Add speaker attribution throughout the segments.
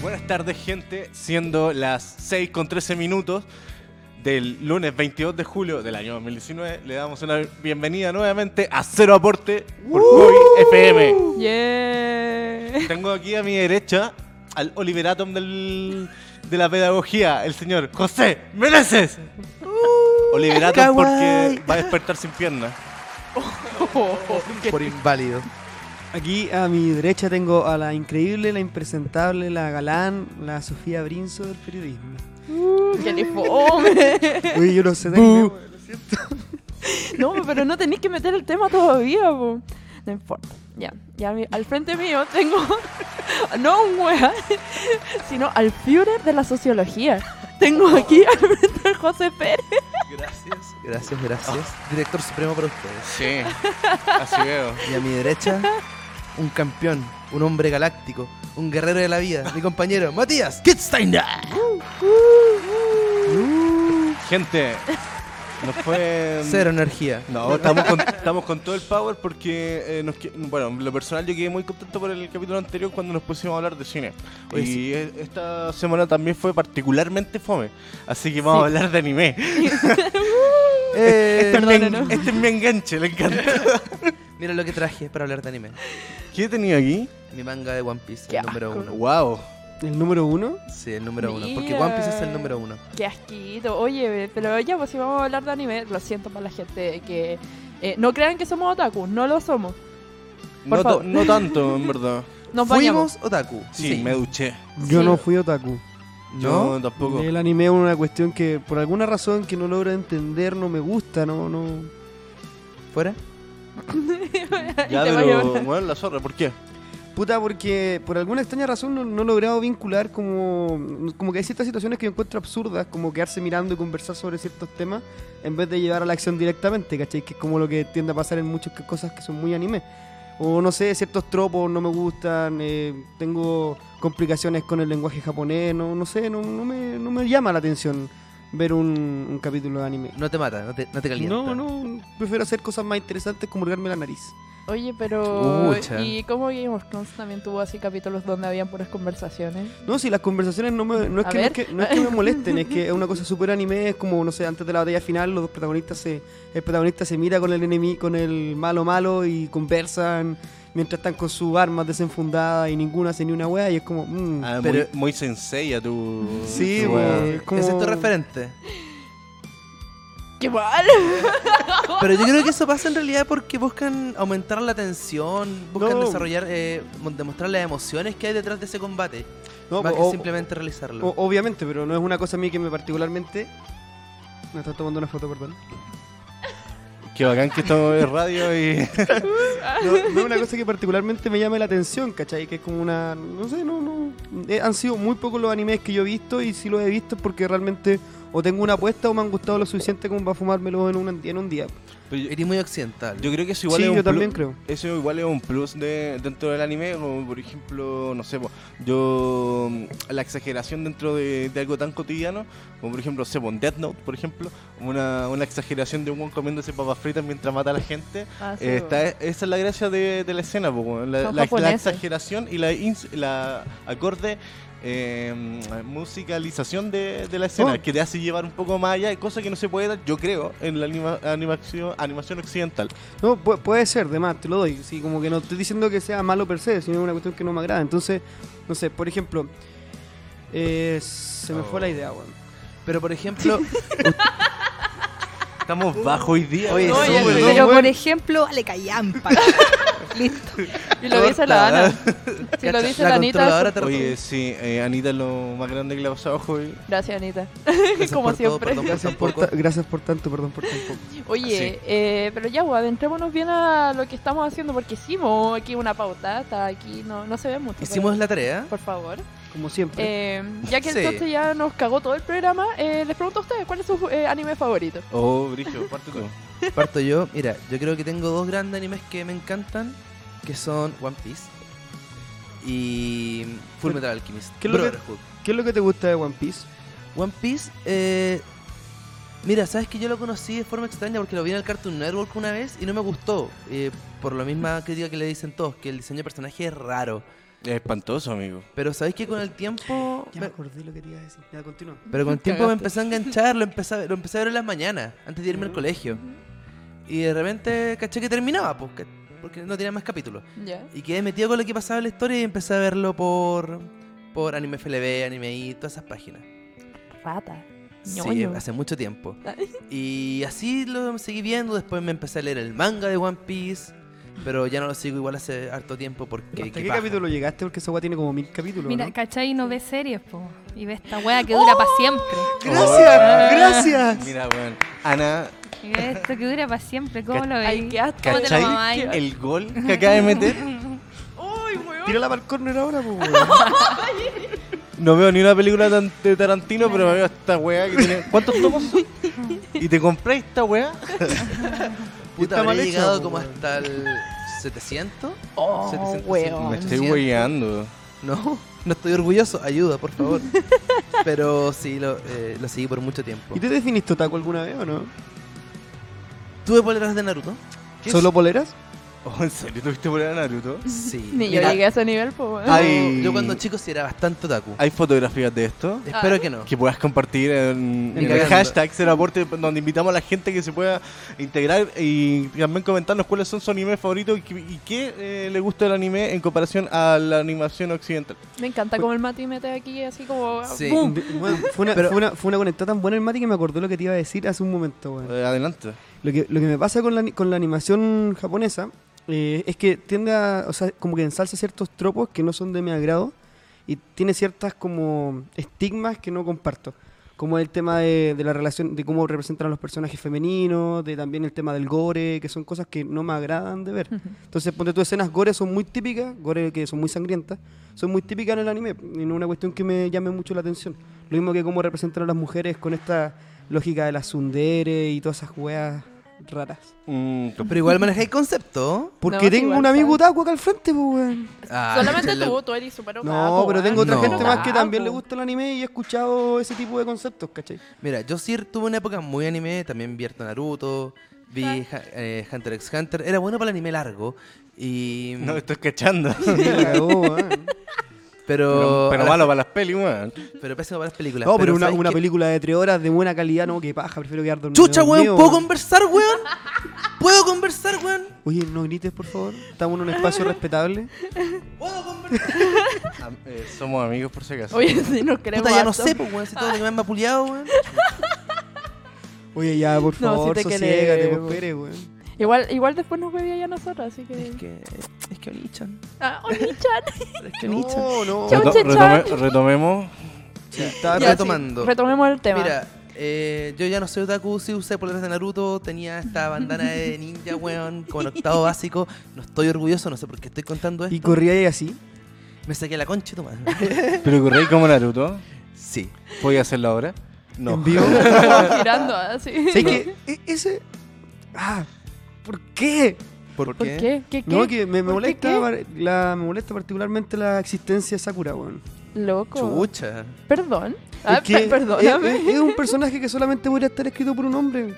Speaker 1: Buenas tardes, gente. Siendo las 6 con 13 minutos del lunes 22 de julio del año 2019, le damos una bienvenida nuevamente a Cero Aporte por Joy FM.
Speaker 2: Yeah.
Speaker 1: Tengo aquí a mi derecha al Oliveratum del, de la pedagogía, el señor José Meneses. Oliveratum
Speaker 3: ¡Uh! Kawaii.
Speaker 1: porque va a despertar sin piernas.
Speaker 3: por inválido.
Speaker 4: Aquí a mi derecha tengo a la increíble, la impresentable, la galán, la Sofía Brinzo del periodismo.
Speaker 2: Qué le fome.
Speaker 4: Uy, yo no sé de anime,
Speaker 3: Bu.
Speaker 4: weón.
Speaker 2: No, pero no tenéis que meter el tema todavía, po. No importa. Ya, ya mi- al frente mío tengo no un wea, sino al Führer de la sociología. Tengo aquí al frente al José Pérez.
Speaker 3: Gracias, gracias, gracias. Director supremo para ustedes.
Speaker 1: Sí, así veo.
Speaker 3: Y a mi derecha, un campeón, un hombre galáctico, un guerrero de la vida, mi compañero Matías Kitzsteiner.
Speaker 1: Gente, nos fue.
Speaker 3: Cero energía.
Speaker 1: No, estamos con, estamos con todo el power porque, eh, nos que- bueno, en lo personal yo quedé muy contento por el capítulo anterior cuando nos pusimos a hablar de cine.
Speaker 3: Oye,
Speaker 1: y
Speaker 3: sí.
Speaker 1: e- esta semana también fue particularmente fome, así que vamos a hablar de anime.
Speaker 3: Eh,
Speaker 4: Eh,
Speaker 1: Este, es mi, en-
Speaker 2: perdónenos.
Speaker 1: este es mi enganche, le encanta.
Speaker 3: mira lo que traje para hablar de anime.
Speaker 1: ¿Qué he tenido aquí?
Speaker 3: Mi manga de One Piece,
Speaker 2: Qué
Speaker 3: el número
Speaker 2: asco.
Speaker 3: uno.
Speaker 1: Wow.
Speaker 4: El número uno.
Speaker 3: Sí, el número uno. Porque
Speaker 2: Mira.
Speaker 3: One Piece es el número uno.
Speaker 2: Qué asquito. Oye, pero ya, pues si vamos a hablar de anime, lo siento para la gente que eh, no crean que somos otakus, no lo somos. Por
Speaker 1: No, ta-
Speaker 2: favor.
Speaker 1: no tanto, en verdad.
Speaker 2: Nos bañamos.
Speaker 3: Fuimos otaku.
Speaker 1: Sí, me duché.
Speaker 4: Yo
Speaker 2: Sí.
Speaker 4: no fui otaku.
Speaker 3: ¿No?
Speaker 1: Yo tampoco.
Speaker 4: El anime es una cuestión que por alguna razón que no logro entender, no me gusta, no, no.
Speaker 3: ¿Fuera?
Speaker 2: Y
Speaker 1: Ya,
Speaker 2: te
Speaker 1: pero,
Speaker 2: bañamos.
Speaker 1: bueno, la zorra, ¿por qué?
Speaker 4: Puta, porque por alguna extraña razón no, no he logrado vincular como... Como que hay ciertas situaciones que yo encuentro absurdas, como quedarse mirando y conversar sobre ciertos temas, en vez de llevar a la acción directamente, ¿cachai? Que es como lo que tiende a pasar en muchas que- cosas que son muy anime. O no sé, ciertos tropos no me gustan, eh, tengo complicaciones con el lenguaje japonés, no, no sé, no, no me, no me llama la atención ver un, un capítulo de anime.
Speaker 3: No te mata, no te, no te calienta.
Speaker 4: No, no, prefiero hacer cosas más interesantes como hurgarme la nariz.
Speaker 2: Oye, pero.
Speaker 3: Chucha.
Speaker 2: ¿Y cómo Game of Thrones también tuvo así capítulos donde habían puras conversaciones?
Speaker 4: No, si las conversaciones no, me- no, es,
Speaker 2: A
Speaker 4: que, no, es,
Speaker 2: ver.
Speaker 4: que, no es que me molesten, es que es una cosa súper anime, es como, no sé, antes de la batalla final los dos protagonistas se, el protagonista se mira con el enemigo, con el malo malo y conversan mientras están con sus armas desenfundadas y ninguna hace ni una wea y es como, mm,
Speaker 1: Ah,
Speaker 3: Pero-
Speaker 1: muy, muy sensei a tu.
Speaker 4: Sí,
Speaker 1: tu
Speaker 4: bueno.
Speaker 1: weá.
Speaker 4: Eh, como-
Speaker 3: Ese es tu referente.
Speaker 2: ¡Qué mal!
Speaker 3: Pero yo creo que eso pasa en realidad porque buscan aumentar la tensión, buscan
Speaker 4: No.
Speaker 3: desarrollar, eh, mon- demostrar las emociones que hay detrás de ese combate,
Speaker 4: no,
Speaker 3: más
Speaker 4: o-
Speaker 3: que simplemente realizarlo.
Speaker 4: o- obviamente, pero no es una cosa a mí que me particularmente... Me estás tomando una foto, perdón.
Speaker 1: Qué bacán que estamos en radio y.
Speaker 4: No, no es una cosa que particularmente me llame la atención, ¿cachai? Que es como una. No sé, no, no. eh, han sido muy pocos los animes que yo he visto y si los he visto es porque realmente o tengo una apuesta o me han gustado lo suficiente como para fumármelo en un, en un día.
Speaker 1: Pero yo-
Speaker 3: Eres muy occidental.
Speaker 1: Yo creo que eso igual
Speaker 4: sí,
Speaker 1: es un
Speaker 4: yo
Speaker 1: plus-
Speaker 4: también creo.
Speaker 1: Eso igual es un plus de, dentro del anime, como por ejemplo, no sé, po, yo mm, la exageración dentro de, de algo tan cotidiano, como por ejemplo, no sé, po, en Death Note, por ejemplo, una, una exageración de un weón comiéndose papas fritas mientras mata a la gente.
Speaker 2: Ah, sí,
Speaker 1: eh, está- esa es la gracia de, de la escena, po, weón, la,
Speaker 2: Son
Speaker 1: la- la
Speaker 2: japoneses.
Speaker 1: exageración y la, ins- la acorde eh, mm, musicalización de, de la escena,
Speaker 4: Oh.
Speaker 1: que te hace llevar un poco más allá, cosa que no se puede dar, yo creo, en la anima- animación, animación occidental.
Speaker 4: No, pu- puede ser, de más, te lo doy. Sí, como que no estoy diciendo que sea malo per se, sino es una cuestión que no me agrada. Entonces, no sé, por ejemplo. eh, se me fue la idea, weón.
Speaker 3: Pero por ejemplo,
Speaker 1: Estamos bajo hoy día.
Speaker 3: Oye,
Speaker 1: weón.
Speaker 3: Oye,
Speaker 1: Súper,
Speaker 3: pero-
Speaker 1: ¿no?
Speaker 5: Pero por ejemplo, le callampa. Listo.
Speaker 2: Y lo dice la
Speaker 3: corta,
Speaker 2: Ana. Si lo
Speaker 3: cacha,
Speaker 2: dice
Speaker 3: la
Speaker 2: la, Anita.
Speaker 3: controladora
Speaker 2: es-
Speaker 3: te
Speaker 1: Oye, sí, eh, Anita es lo más grande que le ha pasado hoy.
Speaker 2: Gracias, Anita.
Speaker 3: Gracias
Speaker 2: Como
Speaker 3: por todo,
Speaker 2: siempre.
Speaker 3: perdón por
Speaker 4: Gracias
Speaker 3: tan
Speaker 4: por,
Speaker 3: poco.
Speaker 4: ta- gracias por tanto, perdón por tan poco.
Speaker 2: Oye, eh, pero ya, pues, adentrémonos bien a lo que estamos haciendo, porque hicimos aquí una pauta. Está aquí, no, no se ve mucho. pero-
Speaker 3: Hicimos la tarea.
Speaker 2: Por favor.
Speaker 4: Como siempre.
Speaker 2: Eh, ya que
Speaker 3: Sí.
Speaker 2: entonces ya nos cagó todo el programa, eh, les pregunto a ustedes, ¿cuál es su eh, anime favorito?
Speaker 1: Oh, Brigio, parte tú.
Speaker 3: Parto yo. Mira, yo creo que tengo dos grandes animes que me encantan, que son One Piece y Full Metal Alchemist.
Speaker 4: ¿Qué es lo que-
Speaker 3: Brotherhood.
Speaker 4: ¿Qué es lo que te gusta de One Piece?
Speaker 3: One Piece, eh, mira, sabes que yo lo conocí de forma extraña porque lo vi en el Cartoon Network una vez y no me gustó. eh, por la misma crítica que le dicen todos, que el diseño de personaje es raro.
Speaker 1: Es espantoso, amigo.
Speaker 3: Pero sabéis que con el tiempo.
Speaker 4: Ya me acordé lo que te iba a decir. Ya, continúa.
Speaker 3: Pero con el tiempo me
Speaker 2: Cagaste.
Speaker 3: empecé a enganchar, lo empecé a, ver- lo empecé a ver en las mañanas, antes de irme
Speaker 4: Mm.
Speaker 3: al colegio. Y de repente caché que terminaba, pues, ca- porque no tenía más capítulos.
Speaker 2: Ya.
Speaker 3: Y quedé metido con lo que pasaba en la historia y empecé a verlo por, por Anime FLB, Anime y todas esas páginas.
Speaker 2: Rata.
Speaker 3: Sí,
Speaker 2: Ñoño.
Speaker 3: hace mucho tiempo. Y así lo seguí viendo, después me empecé a leer el manga de One Piece, pero ya no lo sigo igual hace harto tiempo porque...
Speaker 4: ¿Hasta
Speaker 3: qué
Speaker 4: qué
Speaker 3: paja.
Speaker 4: capítulo llegaste? Porque esa weá tiene como mil capítulos.
Speaker 6: Mira,
Speaker 4: ¿no?
Speaker 6: ¿cachai? Y no ve series, po. Y ve esta wea que dura para siempre.
Speaker 4: Oh, Gracias, gracias.
Speaker 1: Oh, Mira, weón. Ana,
Speaker 6: Y ve esto que dura para siempre. ¿Cómo lo
Speaker 2: Ay,
Speaker 6: veis?
Speaker 2: qué asco.
Speaker 6: ¿Cómo te lo
Speaker 1: ¿cachai?
Speaker 6: mamáis?
Speaker 1: El gol que acaba de meter.
Speaker 2: Uy, weón.
Speaker 4: Tírala para el corner ahora, pues.
Speaker 1: No veo ni una película tan- de Tarantino, pero me veo esta weá que tiene. ¿Cuántos tomos son? ¿Y te compré esta weá?
Speaker 3: Puta,
Speaker 4: Está
Speaker 3: habré
Speaker 4: mal hecho,
Speaker 3: llegado
Speaker 4: po,
Speaker 3: como
Speaker 4: weón.
Speaker 3: hasta el 700.
Speaker 2: Oh,
Speaker 3: 700,
Speaker 1: Me
Speaker 2: weón.
Speaker 1: estoy
Speaker 3: Siento.
Speaker 1: weyando.
Speaker 3: No, no estoy orgulloso, ayuda, por favor. Pero sí, lo, eh, lo seguí por mucho tiempo.
Speaker 4: ¿Y te definiste otaku alguna vez o no?
Speaker 3: ¿Tuve poleras de Naruto?
Speaker 4: ¿Solo poleras?
Speaker 1: Oh, ¿En serio tuviste por a Naruto?
Speaker 3: Sí.
Speaker 2: Ni yo
Speaker 3: Mira,
Speaker 2: llegué a ese nivel, pues, weón.
Speaker 1: Ah,
Speaker 3: yo-
Speaker 1: Ay.
Speaker 3: Yo cuando chico sí era bastante otaku.
Speaker 1: ¿Hay fotografías de esto?
Speaker 2: ah.
Speaker 3: Espero que no.
Speaker 1: Que puedas compartir en,
Speaker 4: En
Speaker 1: en el
Speaker 3: cagando.
Speaker 1: hashtag Ser Aporte, donde invitamos a la gente que se pueda integrar y también comentarnos cuáles son sus animes favoritos y, qué- y qué eh, le gusta el anime en comparación a la animación occidental.
Speaker 2: Me encanta como el Mati mete aquí así como...
Speaker 3: Sí.
Speaker 2: ¡Bum!
Speaker 4: De- bueno, fue, una,
Speaker 3: Pero-
Speaker 4: fue, una, fue una conectada tan buena el Mati que me acordó lo que te iba a decir hace un momento, weón.
Speaker 1: Eh, adelante.
Speaker 4: Lo que, lo que me pasa con la, ani- con la animación japonesa eh, es que tiende a, o sea, como que ensalza ciertos tropos que no son de mi agrado y tiene ciertas como estigmas que no comparto. Como el tema de, de la relación, de cómo representan a los personajes femeninos, de también el tema del gore, que son cosas que no me agradan de ver. Entonces, ponte tú, escenas gore son muy típicas, gore que son muy sangrientas, son muy típicas en el anime, y no es una cuestión que me llame mucho la atención. Lo mismo que cómo representan a las mujeres con esta lógica de las tsundere y todas esas weas raras.
Speaker 1: Mm,
Speaker 3: Pero igual manejé el concepto.
Speaker 4: Porque
Speaker 2: No, sí,
Speaker 4: tengo
Speaker 2: igual,
Speaker 4: un amigo
Speaker 2: ¿sabes?
Speaker 4: taco acá al frente, pues, weón.
Speaker 3: Ah,
Speaker 2: Solamente
Speaker 3: chale.
Speaker 2: tú, tú eres súper
Speaker 4: No, pero tengo otra
Speaker 3: No.
Speaker 4: gente más que también le
Speaker 2: gusta.
Speaker 4: gusta el anime y he escuchado ese tipo de conceptos, ¿cachai?
Speaker 3: Mira, yo sí tuve una época muy anime, también vi harto Naruto, vi
Speaker 2: Ah.
Speaker 3: ja- eh, Hunter x Hunter. Era bueno para el anime largo. Y...
Speaker 1: no, estoy cachando.
Speaker 4: Me cagó, weón.
Speaker 3: pero...
Speaker 1: Pero,
Speaker 3: a
Speaker 1: pero
Speaker 3: la-
Speaker 1: malo para las pelis, weón.
Speaker 3: Pero pésimo para las películas.
Speaker 4: No, pero una,
Speaker 3: ¿sabes
Speaker 4: una
Speaker 3: qué?
Speaker 4: película de tres horas de buena calidad, no, que paja, prefiero quedar dormido.
Speaker 3: Chucha,
Speaker 4: dormido,
Speaker 3: weón, ¿puedo conversar, weón? ¿Puedo conversar, weón?
Speaker 4: Oye, no grites, por favor. Estamos en un espacio respetable.
Speaker 3: ¿Puedo conversar?
Speaker 1: Am- eh, somos amigos por si acaso.
Speaker 2: Oye, sí, nos queremos
Speaker 3: Puta, ya no
Speaker 2: harto.
Speaker 3: sé, pues, weón, si todo lo que me han vapuleado, weón.
Speaker 4: Oye, ya, por
Speaker 2: No, sí
Speaker 4: favor,
Speaker 2: te
Speaker 4: sosiégate,
Speaker 2: queremos.
Speaker 4: pues, Pérez, weón.
Speaker 2: Igual, igual después nos huevía ya nosotros, así que...
Speaker 3: Es que... Es que Onichan.
Speaker 2: Ah, Oni-chan.
Speaker 3: Es que Onichan.
Speaker 4: no.
Speaker 2: Chau,
Speaker 1: Reto-
Speaker 2: chau, chau.
Speaker 1: retome- retomemos.
Speaker 4: Estaba
Speaker 3: Ya,
Speaker 4: retom-
Speaker 3: retomando.
Speaker 2: Retomemos el tema.
Speaker 3: Mira, eh, yo ya no soy otaku, sí usé poleras de Naruto, tenía esta bandana de ninja, weón, con octavo básico. No estoy orgulloso, no sé por qué estoy contando esto.
Speaker 4: Y corría ahí así.
Speaker 3: Me saqué la concha, tu madre.
Speaker 1: Pero corrí como Naruto.
Speaker 3: Sí.
Speaker 1: ¿Podía hacerlo ahora? No.
Speaker 4: En vivo.
Speaker 2: Como girando ah, así.
Speaker 4: Sí, que e- ese. Ah, ¿por qué?
Speaker 3: ¿Por,
Speaker 2: ¿Por
Speaker 3: qué?
Speaker 2: qué? ¿Qué, qué?
Speaker 4: No, que me, me
Speaker 2: ¿Por qué
Speaker 4: molesta par- la, me molesta particularmente la existencia de Sakura, weón.
Speaker 2: Loco.
Speaker 3: Chucha.
Speaker 2: Perdón. Ah,
Speaker 4: Es que eh,
Speaker 2: pe- perdóname.
Speaker 4: Es, es- es un personaje que solamente podría estar escrito por un hombre,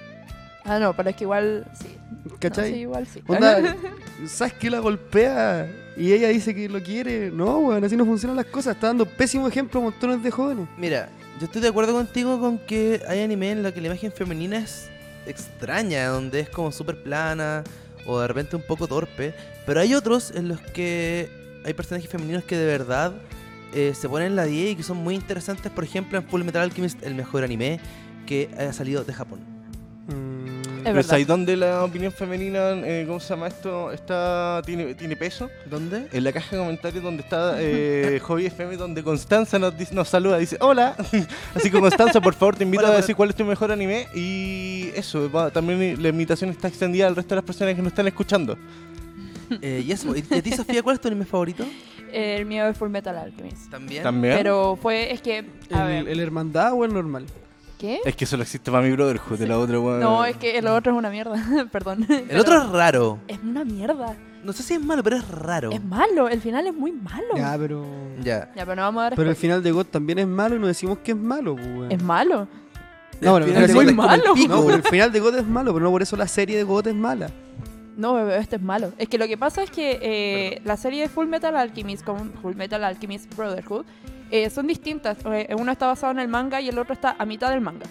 Speaker 2: Ah, no, pero es que igual sí.
Speaker 4: eh. ¿cachai?
Speaker 2: No, sí, igual sí.
Speaker 4: Onda, Sasuke la golpea y ella dice que lo quiere. No, weón, así no funcionan las cosas. Está dando pésimo ejemplo a montones de jóvenes.
Speaker 3: Mira, yo estoy de acuerdo contigo con que hay anime en la que la imagen femenina es extraña, donde es como súper plana o de repente un poco torpe, pero hay otros en los que hay personajes femeninos que de verdad eh, se ponen la 10 y que son muy interesantes, por ejemplo en Full Metal Alchemist, el mejor anime que haya salido de Japón.
Speaker 4: Mm,
Speaker 2: Es
Speaker 1: Pero
Speaker 2: verdad.
Speaker 1: ¿sabes dónde la opinión femenina, eh, cómo se llama esto, está tiene, tiene peso?
Speaker 3: ¿Dónde?
Speaker 1: En la caja de comentarios donde está eh, Hobby FM, donde Constanza nos, dice- nos saluda, dice hola. Así que Constanza, por favor, te invito
Speaker 3: Hola,
Speaker 1: a
Speaker 3: hola.
Speaker 1: decir cuál es tu mejor anime. Y eso, va- también la invitación está extendida al resto de las personas que nos están escuchando.
Speaker 3: Eh, y eso, ¿y a ti Sofía cuál es tu anime favorito?
Speaker 2: El mío es Full Metal Alchemist.
Speaker 3: También.
Speaker 1: También.
Speaker 2: Pero fue, es que, a
Speaker 4: el,
Speaker 2: ver,
Speaker 4: el hermandad o el normal.
Speaker 2: ¿qué?
Speaker 1: Es que solo existe para mi brotherhood, de la otra weón.
Speaker 2: No, es que el otro es una mierda, perdón.
Speaker 3: El otro es raro.
Speaker 2: es una mierda.
Speaker 3: No sé si es malo, pero es raro.
Speaker 2: Es malo, el final es muy malo.
Speaker 4: Ya, pero.
Speaker 3: Ya.
Speaker 2: Ya, pero no vamos a dar.
Speaker 4: Pero el
Speaker 2: spoiler.
Speaker 4: final de God también es malo y no decimos que es malo, pues, weón.
Speaker 2: Es malo.
Speaker 4: No, pero
Speaker 3: El final
Speaker 4: es
Speaker 3: de
Speaker 4: muy
Speaker 3: Gotham es como el
Speaker 2: malo.
Speaker 3: pico.
Speaker 4: No, pero el final de God es malo, pero no por eso la serie de God es mala.
Speaker 2: No, bebé, este es malo. Es que lo que pasa es que eh, la serie de Full Metal Alchemist con Full Metal Alchemist Brotherhood eh, son distintas. Eh, Uno está basado en el manga y el otro está a mitad del manga.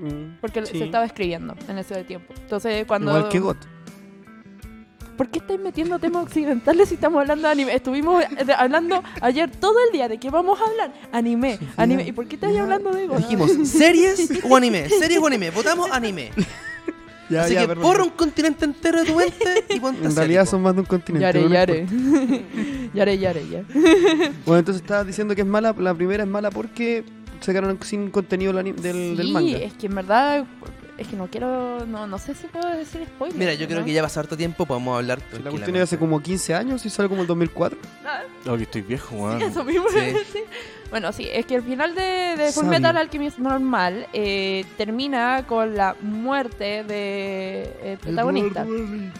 Speaker 4: Mm.
Speaker 2: Porque
Speaker 4: Sí.
Speaker 2: se estaba escribiendo en ese tiempo. Entonces, cuando.
Speaker 4: Igual que GOT.
Speaker 2: ¿Por qué estáis metiendo temas occidentales si estamos hablando de anime? Estuvimos eh, de- hablando ayer todo el día de qué vamos a hablar. Anime, anime. ¿Y por qué estáis hablando de Ego?
Speaker 3: Dijimos, ¿series o anime? ¿Series o anime? Votamos anime.
Speaker 4: Ya,
Speaker 3: Así
Speaker 4: ya,
Speaker 3: que
Speaker 4: perdón.
Speaker 3: borra un continente entero de tu mente y ponte
Speaker 4: En realidad
Speaker 3: asiático.
Speaker 4: son más de un continente.
Speaker 2: Yare,
Speaker 4: no les
Speaker 2: yare. Yare, yare, ya.
Speaker 4: importa. Bueno, entonces estabas diciendo que es mala. La primera es mala porque sacaron sin contenido el ani- del, del
Speaker 2: Sí,
Speaker 4: manga.
Speaker 2: es que en verdad. Es que no quiero. No, no sé si puedo decir spoiler.
Speaker 3: Mira, yo creo
Speaker 2: ¿no?
Speaker 3: que ya pasó harto tiempo, podemos hablar
Speaker 4: La cuestión es hace como 15 años y sale como el 2004.
Speaker 1: Oh, que estoy viejo, weón.
Speaker 2: Eso mismo
Speaker 3: Sí.
Speaker 2: iba a decir. Bueno, sí, es que el final de, de Full
Speaker 4: Sabio.
Speaker 2: Metal Alchemist normal eh, termina con la muerte de eh, protagonista.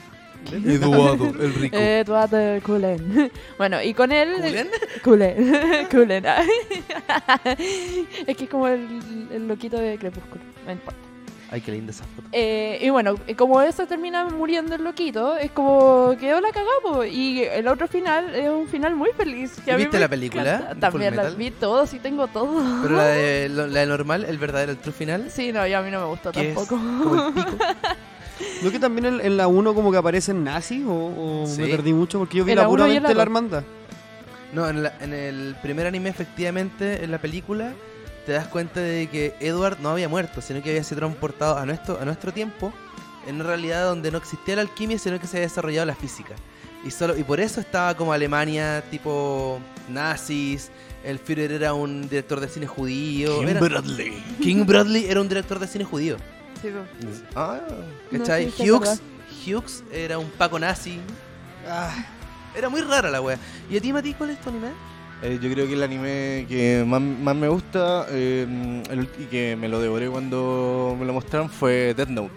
Speaker 3: Eduardo, el rico.
Speaker 2: Edward eh, Cullen. Bueno, y con él. Cullen. Cullen. es que es como el, el loquito de Crepúsculo. No importa.
Speaker 3: Ay, qué linda esa foto.
Speaker 2: Eh, y bueno, eh, como eso termina muriendo el loquito, es como quedó la cagada, po. Y el otro final es un final muy feliz. que a mí
Speaker 3: ¿Viste
Speaker 2: me
Speaker 3: la película
Speaker 2: encanta.
Speaker 3: de
Speaker 2: También la
Speaker 3: Fullmetal?
Speaker 2: vi todo, sí tengo todo.
Speaker 3: Pero la de, lo- la de normal, el verdadero, el true final,
Speaker 2: Sí, no, ya a mí no me gustó
Speaker 3: que es
Speaker 2: tampoco.
Speaker 3: como el pico.
Speaker 4: ¿No que también en, en la 1 como que aparecen nazis? ¿O, o
Speaker 3: Sí.
Speaker 4: me perdí mucho? Porque yo vi
Speaker 2: En
Speaker 4: la
Speaker 2: la uno y en la
Speaker 4: puramente la
Speaker 2: dos.
Speaker 4: hermandad.
Speaker 3: No, en, la- en el primer anime, efectivamente, en la película, te das cuenta de que Edward no había muerto, sino que había sido transportado a nuestro, a nuestro tiempo, en una realidad donde no existía la alquimia, sino que se había desarrollado la física. Y, solo, y por eso estaba como Alemania, tipo nazis, el Führer era un director de cine judío. era-
Speaker 1: Bradley.
Speaker 3: King Bradley era un director de cine judío.
Speaker 2: Sí, po.
Speaker 1: Ah,
Speaker 3: ¿Cachai?
Speaker 2: No, sí, sí, es
Speaker 3: Hughes, Hughes era un paco nazi. Ah, era muy rara la wea. ¿Y a ti, Mati, cuál es tu anime?
Speaker 1: eh, yo creo que el anime que más, más me gusta eh, el ulti- y que me lo devoré cuando me lo mostraron fue Death Note.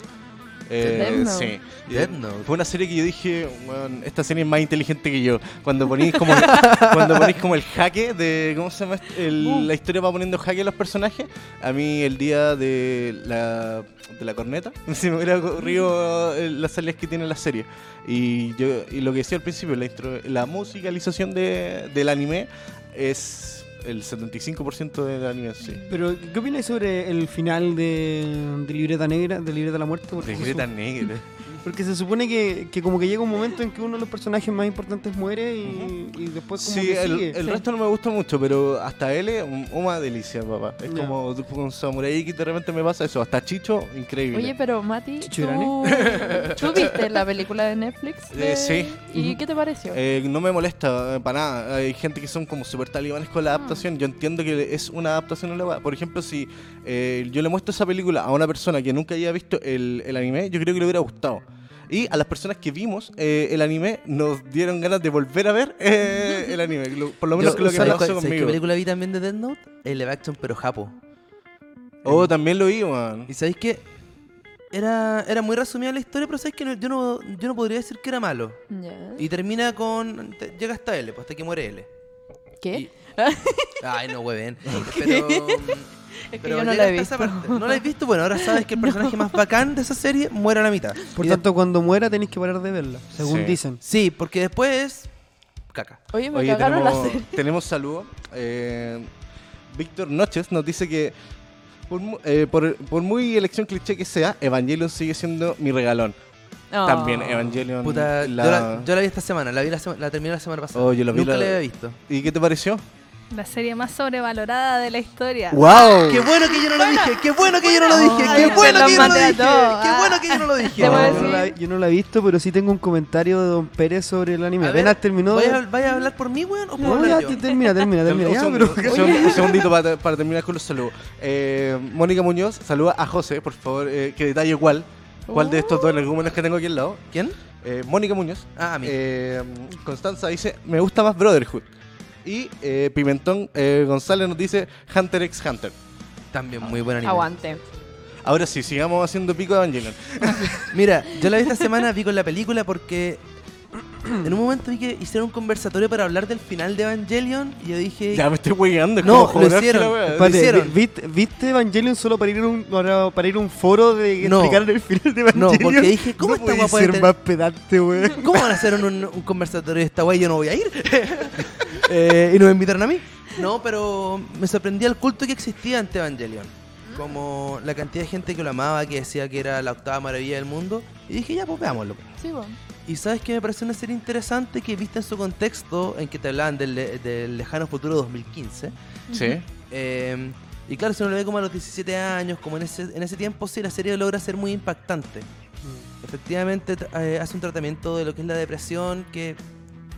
Speaker 1: Eh,
Speaker 2: Death Note.
Speaker 1: Sí. Y
Speaker 3: Death Note.
Speaker 1: Fue una serie que yo dije, "Weón, esta serie es más inteligente que yo. Cuando ponéis como, cuando ponís como el jaque de, ¿cómo se llama? este? El-
Speaker 2: Uh.
Speaker 1: La historia va poniendo jaque a los personajes. A mí el día de la, de la corneta, se me hubiera ocurrido eh, las salidas que tiene la serie. Y, yo, y lo que decía al principio, la, intro- la musicalización de- del anime es el 75% del anime, sí.
Speaker 4: Pero, ¿qué opináis sobre el final de, de Libreta Negra, de Libreta de la Muerte? Porque, se
Speaker 1: Regreta negra.
Speaker 4: su- porque se supone que, que como que llega un momento en que uno de los personajes más importantes muere y, y después Pues como
Speaker 1: Sí,
Speaker 4: que
Speaker 1: el,
Speaker 4: sigue.
Speaker 1: el resto no me gusta mucho, pero hasta L, un- una delicia, papá. Es
Speaker 4: Ya.
Speaker 1: como un Samurai que de repente me pasa eso. Hasta Chicho, increíble.
Speaker 2: Oye, pero Mati,
Speaker 4: Chichurane.
Speaker 2: ¿tú, tú viste la película de Netflix?
Speaker 1: Eh, sí.
Speaker 2: ¿Y
Speaker 1: Ujú.
Speaker 2: qué te pareció?
Speaker 1: Eh, no me molesta eh, para nada. Hay gente que son como súper talibanes
Speaker 4: Ah.
Speaker 1: con la adaptación. Yo entiendo que es una adaptación. a la weá. Por ejemplo, si eh, yo le muestro esa película a una persona que nunca haya visto el, el anime, yo creo que le hubiera gustado. Y a las personas que vimos eh, el anime nos dieron ganas de volver a ver eh, el anime. Lo- por lo menos
Speaker 3: Yo-
Speaker 1: lo que
Speaker 3: ¿sabes
Speaker 1: pasó
Speaker 3: cuál- ¿sabes qué
Speaker 1: conmigo.
Speaker 3: película vi también de Death Note? El live action, pero japo.
Speaker 1: Oh, también lo vi, man.
Speaker 3: ¿Y sabéis que Era, era muy resumida la historia, pero sabéis que no- yo, no, yo no podría decir que era malo.
Speaker 2: Ya.
Speaker 3: Y termina con. te- llega hasta L, pues hasta que muere L.
Speaker 2: ¿Qué?
Speaker 3: y- Ay, no hueven. Pero.
Speaker 2: es que
Speaker 3: pero
Speaker 2: yo no
Speaker 3: llega
Speaker 2: la he
Speaker 3: hasta esa
Speaker 2: visto.
Speaker 3: parte. No la has visto, bueno, ahora sabes que el personaje más bacán de esa serie muere a la mitad.
Speaker 4: Por
Speaker 3: Y de-
Speaker 4: tanto, cuando muera tenéis que parar de verla, según
Speaker 1: Sí.
Speaker 4: dicen.
Speaker 3: Sí, porque después. Caca.
Speaker 2: Oye, me
Speaker 1: Oye,
Speaker 2: cagaron la
Speaker 1: tenemos,
Speaker 2: serie.
Speaker 1: tenemos saludos. Eh, Víctor Noches nos dice que por, mu- eh, por- por muy elección cliché que sea, Evangelion sigue siendo mi regalón. También
Speaker 2: Oh.
Speaker 1: Evangelion.
Speaker 3: Puta,
Speaker 1: la-
Speaker 3: Yo, la, yo la vi esta semana, la, vi la, sema- la terminé la semana pasada.
Speaker 1: Oh, yo la vi
Speaker 3: Nunca
Speaker 1: la-
Speaker 3: la había visto.
Speaker 1: ¿Y qué te pareció?
Speaker 2: Ah,
Speaker 6: La serie más sobrevalorada de la historia.
Speaker 1: ¡Wow!
Speaker 3: Qué bueno que yo no lo dije, qué bueno que yo no lo dije, qué
Speaker 6: Ay,
Speaker 3: bueno
Speaker 6: te
Speaker 3: que
Speaker 6: los
Speaker 3: yo no lo
Speaker 6: maté a
Speaker 3: dije,
Speaker 6: todos,
Speaker 3: qué
Speaker 6: ah.
Speaker 3: bueno que yo no lo dije.
Speaker 2: Te voy a
Speaker 4: yo, no
Speaker 2: decir-
Speaker 4: la, yo no la he visto, pero sí tengo un comentario de Don Pérez sobre el anime.
Speaker 3: A ver,
Speaker 4: Apenas terminó. de-
Speaker 3: ¿Vaya, a- vaya a hablar por mí, weón? ¿O puedo
Speaker 4: No,
Speaker 3: hablar
Speaker 4: ya,
Speaker 3: yo?
Speaker 4: te- termina, termina, termina.
Speaker 1: un,
Speaker 4: Ya,
Speaker 1: segundo,
Speaker 4: pero-
Speaker 1: un segundo- un segundito para, para terminar con los saludos. Eh, Mónica Muñoz, saluda a José, por favor, eh, que detalle cuál. ¿Cuál de estos dos energúmenos que tengo aquí al lado?
Speaker 3: ¿Quién?
Speaker 1: Eh, Mónica Muñoz,
Speaker 3: Ah, a mí.
Speaker 1: Eh, Constanza dice, me gusta más Brotherhood. Y eh, Pimentón eh, González nos dice Hunter x Hunter.
Speaker 3: También muy buen anime.
Speaker 2: Aguante.
Speaker 1: Ahora sí, sigamos haciendo pico de Evangelion.
Speaker 3: Mira, yo la vi esta semana, vi con la película porque en un momento vi que hicieron un conversatorio para hablar del final de Evangelion y yo dije,
Speaker 1: Ya me estoy huegueando.
Speaker 3: No, lo hicieron.
Speaker 4: Espérate, vi-
Speaker 3: hicieron.
Speaker 4: ¿viste, viste Evangelion solo para ir a un, para, para ir a un foro de
Speaker 3: No.
Speaker 4: explicar el final de Evangelion?
Speaker 3: no, porque dije,
Speaker 4: no
Speaker 3: ¿cómo esta
Speaker 4: podía
Speaker 3: weá puede
Speaker 4: ser
Speaker 3: tener-
Speaker 4: más pedante, weón.
Speaker 3: ¿Cómo van a hacer un, un conversatorio de esta weá y yo no voy a ir? Eh, y nos invitaron a mí. No, pero me sorprendía el culto que existía ante Evangelion. Como la cantidad de gente que lo amaba, que decía que era la octava maravilla del mundo. Y dije, ya, pues veámoslo.
Speaker 2: Sí, po.
Speaker 3: Y sabes que me pareció una serie interesante que viste en su contexto, en que te hablaban del, le- del lejano futuro 2015.
Speaker 1: Sí.
Speaker 3: Eh, y claro, si uno lo ve como a los 17 años, como en ese, en ese tiempo, sí, la serie logra ser muy impactante. Efectivamente, tra- eh, hace un tratamiento de lo que es la depresión que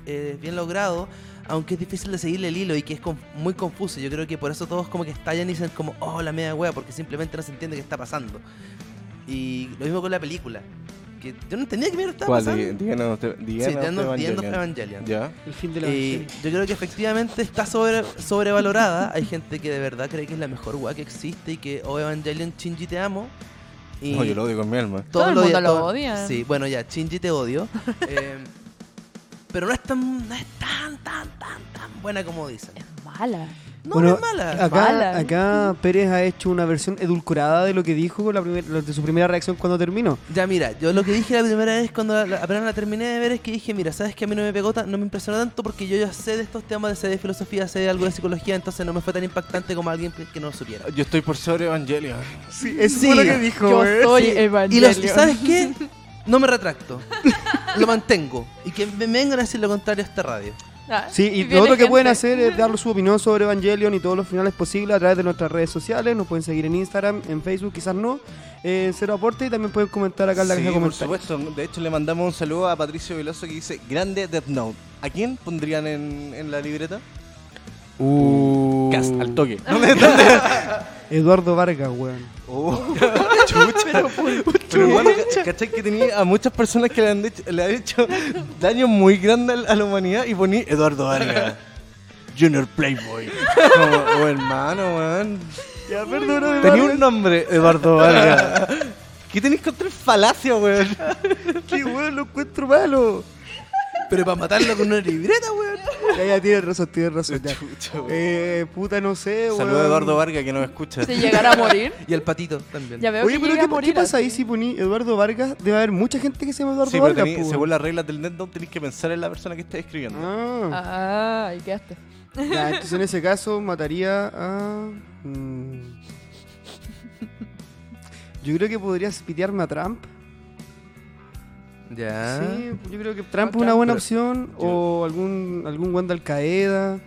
Speaker 3: eh, es bien logrado, aunque es difícil de seguirle el hilo y que es con- muy confuso. Yo creo que por eso todos como que estallan y dicen como, oh, la media wea, porque simplemente no se entiende qué está pasando. Y lo mismo con la película, que yo no entendía qué mierda estaba
Speaker 1: ¿Cuál?
Speaker 3: pasando.
Speaker 1: Di- Díganos, te-
Speaker 3: Sí, The
Speaker 1: díganos
Speaker 3: End of- The End of
Speaker 1: Evangelion.
Speaker 3: Evangelion.
Speaker 1: Ya.
Speaker 4: El fin de
Speaker 3: Y yo creo que efectivamente está sobre, sobrevalorada. Hay gente que de verdad cree que es la mejor weá que existe y que, oh Evangelion, Shinji te amo. Y
Speaker 1: No, yo lo odio con mi alma.
Speaker 2: Todo el
Speaker 3: lo
Speaker 2: mundo lo
Speaker 3: todo-
Speaker 2: odia.
Speaker 3: Sí, bueno, ya, Shinji te odio. Eh, pero no es tan, no es tan, tan, tan, tan buena como dicen.
Speaker 2: Es mala.
Speaker 3: No,
Speaker 4: Bueno,
Speaker 3: no es mala.
Speaker 1: ah,
Speaker 4: Acá,
Speaker 2: Mala.
Speaker 4: acá Pérez ha hecho una versión edulcorada de lo que dijo con la primer- lo- de su primera reacción cuando terminó.
Speaker 3: Ya, mira, yo lo que dije la primera vez cuando la- la- apenas la terminé de ver es que dije, mira, sabes que a mí no me pegó, tan- no me impresionó tanto porque yo ya sé de estos temas, sé de filosofía, sé de algo de psicología, entonces no me fue tan impactante como alguien que- que no lo supiera.
Speaker 1: Yo estoy por sobre Evangelion.
Speaker 4: Sí, eso
Speaker 3: Sí.
Speaker 4: fue lo que dijo.
Speaker 2: Yo
Speaker 4: weón.
Speaker 2: soy
Speaker 4: Sí.
Speaker 3: eh. Y los,
Speaker 2: Evangelion.
Speaker 3: ¿sabes qué? No me retracto. lo mantengo. Y que me vengan a decir lo contrario a esta radio.
Speaker 2: Ah,
Speaker 4: Sí, y
Speaker 2: viene
Speaker 4: lo otro que
Speaker 2: gente.
Speaker 4: pueden hacer es dar su opinión sobre Evangelion y todos los finales posibles a través de nuestras redes sociales. Nos pueden seguir en Instagram, en Facebook, quizás no. eh, En Cero Aporte y también pueden comentar acá en la
Speaker 1: Sí,
Speaker 4: caja de
Speaker 1: por
Speaker 4: comentarios.
Speaker 1: supuesto. De hecho, le mandamos un saludo a Patricio Veloso que dice, grande Death Note. ¿A quién pondrían en, en la libreta?
Speaker 4: Uh,
Speaker 1: Cast, al toque.
Speaker 4: Eduardo Vargas, weón.
Speaker 1: Oh, chucha. Pero, bueno, ca- ¿cachai que tenía a muchas personas que le han, hecho, le han hecho daño muy grande al- a la humanidad y poní Eduardo Vargas, Junior Playboy. Como, oh, hermano, weón.
Speaker 4: Ya, perdón,
Speaker 1: Tenía un nombre, Eduardo Vargas. ¿Qué tenéis contra el falacia, weón?
Speaker 4: Qué weón, lo encuentro malo.
Speaker 3: Pero para matarlo con una libreta, weón.
Speaker 4: Ya, ya, tienes razón, tienes razón. ya.
Speaker 1: Chucha, weón.
Speaker 4: Eh, puta, no sé, weón.
Speaker 1: Saludos a Eduardo Vargas que nos escucha.
Speaker 2: Si llegara a morir,
Speaker 3: Y al patito también.
Speaker 2: ya veo
Speaker 4: Oye,
Speaker 2: que
Speaker 4: pero
Speaker 2: llega
Speaker 4: ¿qué,
Speaker 2: a morir.
Speaker 4: qué pasa ahí
Speaker 2: así.
Speaker 4: si poní Eduardo Vargas? Debe haber mucha gente que se llama Eduardo
Speaker 1: Sí, pero
Speaker 4: Vargas.
Speaker 1: tení-
Speaker 4: po, weón.
Speaker 1: según las reglas del NetDown tenéis que pensar en la persona que estáis escribiendo.
Speaker 4: Ah,
Speaker 2: Ah, ahí quedaste.
Speaker 4: ya, entonces en ese caso mataría a. mm. Yo creo que podrías pitearme a Trump.
Speaker 3: Ya.
Speaker 4: Sí, yo creo que Trump
Speaker 2: A
Speaker 4: es una
Speaker 2: Trump,
Speaker 1: pero-
Speaker 4: buena opción. O algún algún weón de Al Qaeda.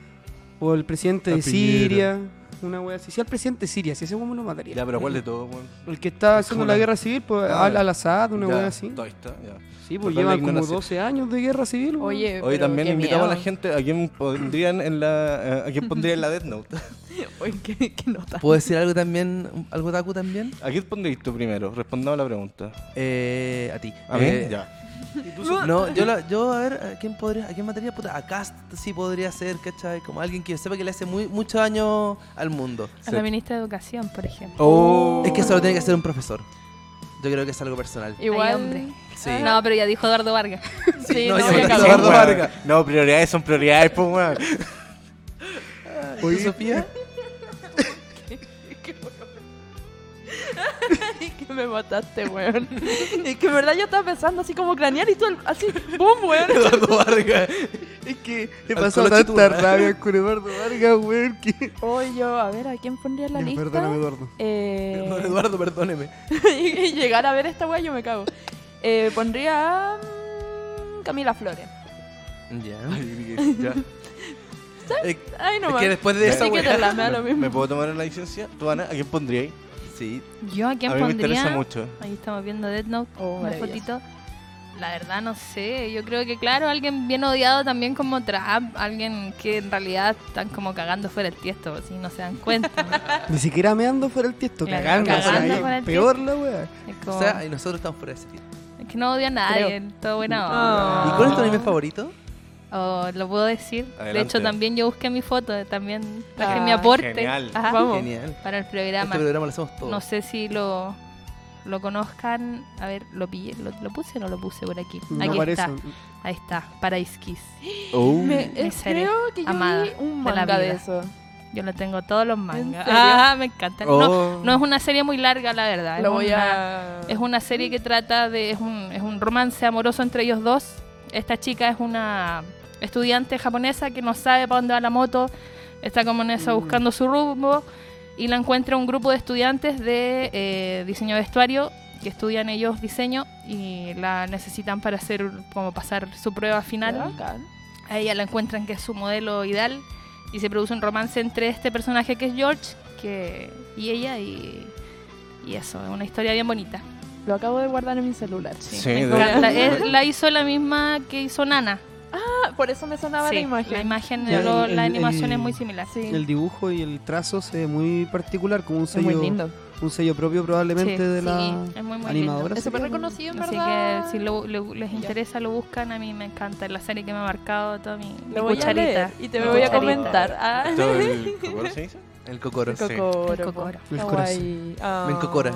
Speaker 4: O el presidente
Speaker 3: A
Speaker 4: de
Speaker 3: Piñera.
Speaker 4: Siria. Una wea así. Si al presidente de Siria, si ese weón me lo mataría.
Speaker 1: Ya, pero ¿cuál de todo, weón?
Speaker 4: El que está haciendo
Speaker 1: como
Speaker 4: la
Speaker 1: la-
Speaker 4: guerra civil, pues
Speaker 1: Ah,
Speaker 4: Al
Speaker 1: ya.
Speaker 4: Al-Assad, una
Speaker 1: Ya,
Speaker 4: wea así.
Speaker 1: todo está, ya.
Speaker 4: Sí,
Speaker 1: Total,
Speaker 4: pues
Speaker 1: la
Speaker 4: lleva como
Speaker 1: ignorancia.
Speaker 4: 12 años de guerra civil. weón.
Speaker 2: Oye,
Speaker 1: Hoy
Speaker 2: Eh, pero
Speaker 1: también
Speaker 2: qué
Speaker 1: invitamos a la
Speaker 2: miedo.
Speaker 1: gente a quién pondrían en la eh, a quién pondría en la Death Note.
Speaker 2: Oye, qué, qué nota.
Speaker 3: ¿Puedo decir algo también? ¿Algo taku también?
Speaker 1: ¿A quién pondrías tú primero? Respondamos a la pregunta.
Speaker 3: Eh, a ti.
Speaker 1: ¿A mí?
Speaker 3: Eh,
Speaker 1: ya.
Speaker 3: No, yo, la- yo a ver, ¿a quién podría, a quién mataría? Puta, a Cast sí podría ser, ¿cachai? Como alguien que sepa que le hace muy, mucho daño al mundo.
Speaker 6: A la ministra de Educación, por ejemplo.
Speaker 1: Oh.
Speaker 3: Es que eso lo tiene que hacer un profesor. Yo creo que es algo personal.
Speaker 6: Ay,
Speaker 2: Igual.
Speaker 6: hombre.
Speaker 3: Sí.
Speaker 6: No, pero ya dijo Eduardo Vargas.
Speaker 2: Sí,
Speaker 3: no,
Speaker 2: no,
Speaker 3: yo
Speaker 2: qué
Speaker 3: creo que
Speaker 2: cagó.
Speaker 3: Eduardo Vargas.
Speaker 1: No, prioridades son prioridades, pues, weón.
Speaker 3: ¿Y tú, Sofía?
Speaker 2: Es que me mataste, weón. Es que en verdad yo estaba pensando así como cranear y todo, así, ¡boom, weón!
Speaker 3: Eduardo Vargas.
Speaker 4: Es que he
Speaker 3: Al
Speaker 4: pasado
Speaker 3: Colo
Speaker 4: tanta
Speaker 3: Chiturra.
Speaker 4: rabia con Eduardo Vargas, weón, que...
Speaker 2: Oye, yo, a ver, ¿a quién pondría en la
Speaker 4: Ya,
Speaker 2: lista?
Speaker 4: Perdóname, Eduardo.
Speaker 2: Eh,
Speaker 3: Don Eduardo, perdóneme.
Speaker 2: y llegar a ver esta weá, yo me cago. Eh, pondría a mm, Camila Flores.
Speaker 3: Ya.
Speaker 1: ya.
Speaker 3: Eh,
Speaker 2: Ay, no
Speaker 3: es
Speaker 2: más.
Speaker 3: que después de esa
Speaker 2: Así que
Speaker 3: weá-
Speaker 2: te la me da lo
Speaker 1: ¿Me,
Speaker 2: mismo.
Speaker 1: me puedo tomar la licencia? ¿Tú, Ana? ¿A quién pondrías?
Speaker 3: Sí.
Speaker 6: Yo a quién
Speaker 1: a mí me interesa
Speaker 6: pondría.
Speaker 1: mucho.
Speaker 6: Ahí estamos viendo Death Note,
Speaker 2: Oh,
Speaker 6: una
Speaker 2: maravilloso.
Speaker 6: fotito. La verdad no sé, yo creo que claro, alguien bien odiado también como Trump, alguien que en realidad están como cagando fuera el tiesto, si no se dan cuenta.
Speaker 4: Ni siquiera me ando fuera el tiesto,
Speaker 6: Claro,
Speaker 4: cagando. o sea,
Speaker 6: cagando
Speaker 4: ahí
Speaker 6: fuera el
Speaker 4: peor la wea.
Speaker 6: es, como-
Speaker 3: O sea, y nosotros estamos fuera de ese tipo.
Speaker 6: es que no odia a nadie, todo buena onda.
Speaker 3: ¿Y cuál es tu anime favorito?
Speaker 6: Oh, lo puedo decir. De
Speaker 1: Adelante.
Speaker 6: hecho, también yo busqué mi foto, eh, también traje
Speaker 2: Ah,
Speaker 6: mi aporte
Speaker 1: genial.
Speaker 6: Ajá,
Speaker 2: Vamos.
Speaker 3: Genial.
Speaker 6: para el
Speaker 3: Este
Speaker 6: programa.
Speaker 3: programa lo hacemos todos.
Speaker 6: No sé si lo lo conozcan. A ver, ¿lo pillé? ¿Lo, lo puse o no lo puse por aquí?
Speaker 4: No
Speaker 6: aquí
Speaker 4: aparece.
Speaker 6: está. Ahí está. Paradise Kiss.
Speaker 1: Oh.
Speaker 2: Me- eh,
Speaker 6: serie
Speaker 2: creo que yo
Speaker 6: amada
Speaker 2: vi un
Speaker 6: de la
Speaker 2: manga de,
Speaker 6: vida.
Speaker 2: eso.
Speaker 6: Yo lo tengo todos los mangas.
Speaker 2: serio?
Speaker 6: Ah, me encanta. No,
Speaker 1: Oh.
Speaker 6: no es una serie muy larga, la verdad. Ah, es
Speaker 2: Lo voy a...
Speaker 6: una- Es una serie que trata de. Es un, es un romance amoroso entre ellos dos. Esta chica es una estudiante japonesa que no sabe para dónde va la moto. Está como en eso
Speaker 4: Mm.
Speaker 6: buscando su rumbo. Y la encuentra un grupo de estudiantes de eh, diseño de vestuario que estudian ellos diseño y la necesitan para hacer como pasar su prueba final.
Speaker 2: Bacán.
Speaker 6: A ella la encuentran que es su modelo ideal y se produce un romance entre este personaje que es George que, y ella y, y eso, es una historia bien bonita.
Speaker 2: Lo acabo de guardar en mi celular.
Speaker 1: Sí,
Speaker 6: me
Speaker 1: de-
Speaker 6: encanta. Es- la hizo la misma que hizo Nana.
Speaker 2: Ah, por eso me sonaba
Speaker 6: Sí,
Speaker 2: la imagen.
Speaker 6: La imagen,
Speaker 4: Ya,
Speaker 6: lo-
Speaker 4: el-
Speaker 6: la
Speaker 4: el-
Speaker 6: animación
Speaker 4: el-
Speaker 6: es muy similar.
Speaker 2: Sí.
Speaker 4: El dibujo y el trazo se ve muy particular, como un
Speaker 2: es muy
Speaker 4: sello,
Speaker 2: lindo.
Speaker 4: un sello propio probablemente
Speaker 6: Sí,
Speaker 4: de
Speaker 6: sí,
Speaker 4: la
Speaker 6: es muy, muy
Speaker 4: animadora.
Speaker 6: lindo.
Speaker 2: Es
Speaker 4: sería,
Speaker 2: súper
Speaker 4: ¿no?
Speaker 2: reconocido, en
Speaker 6: Así
Speaker 2: verdad.
Speaker 6: que si lo- lo- les interesa, lo buscan. A mí me encanta. Es la serie que me ha marcado toda mi, mi
Speaker 2: Lo voy a
Speaker 6: cucharita.
Speaker 2: leer y te
Speaker 6: mi
Speaker 2: me voy a
Speaker 6: cucharita.
Speaker 2: comentar. Ah,
Speaker 1: Todo el- ¿cómo se dice?
Speaker 3: El cocoro.
Speaker 2: el cocoro.
Speaker 6: El cocoro.
Speaker 2: po.
Speaker 4: El
Speaker 2: Kawaii. Ah.
Speaker 3: Me encocora.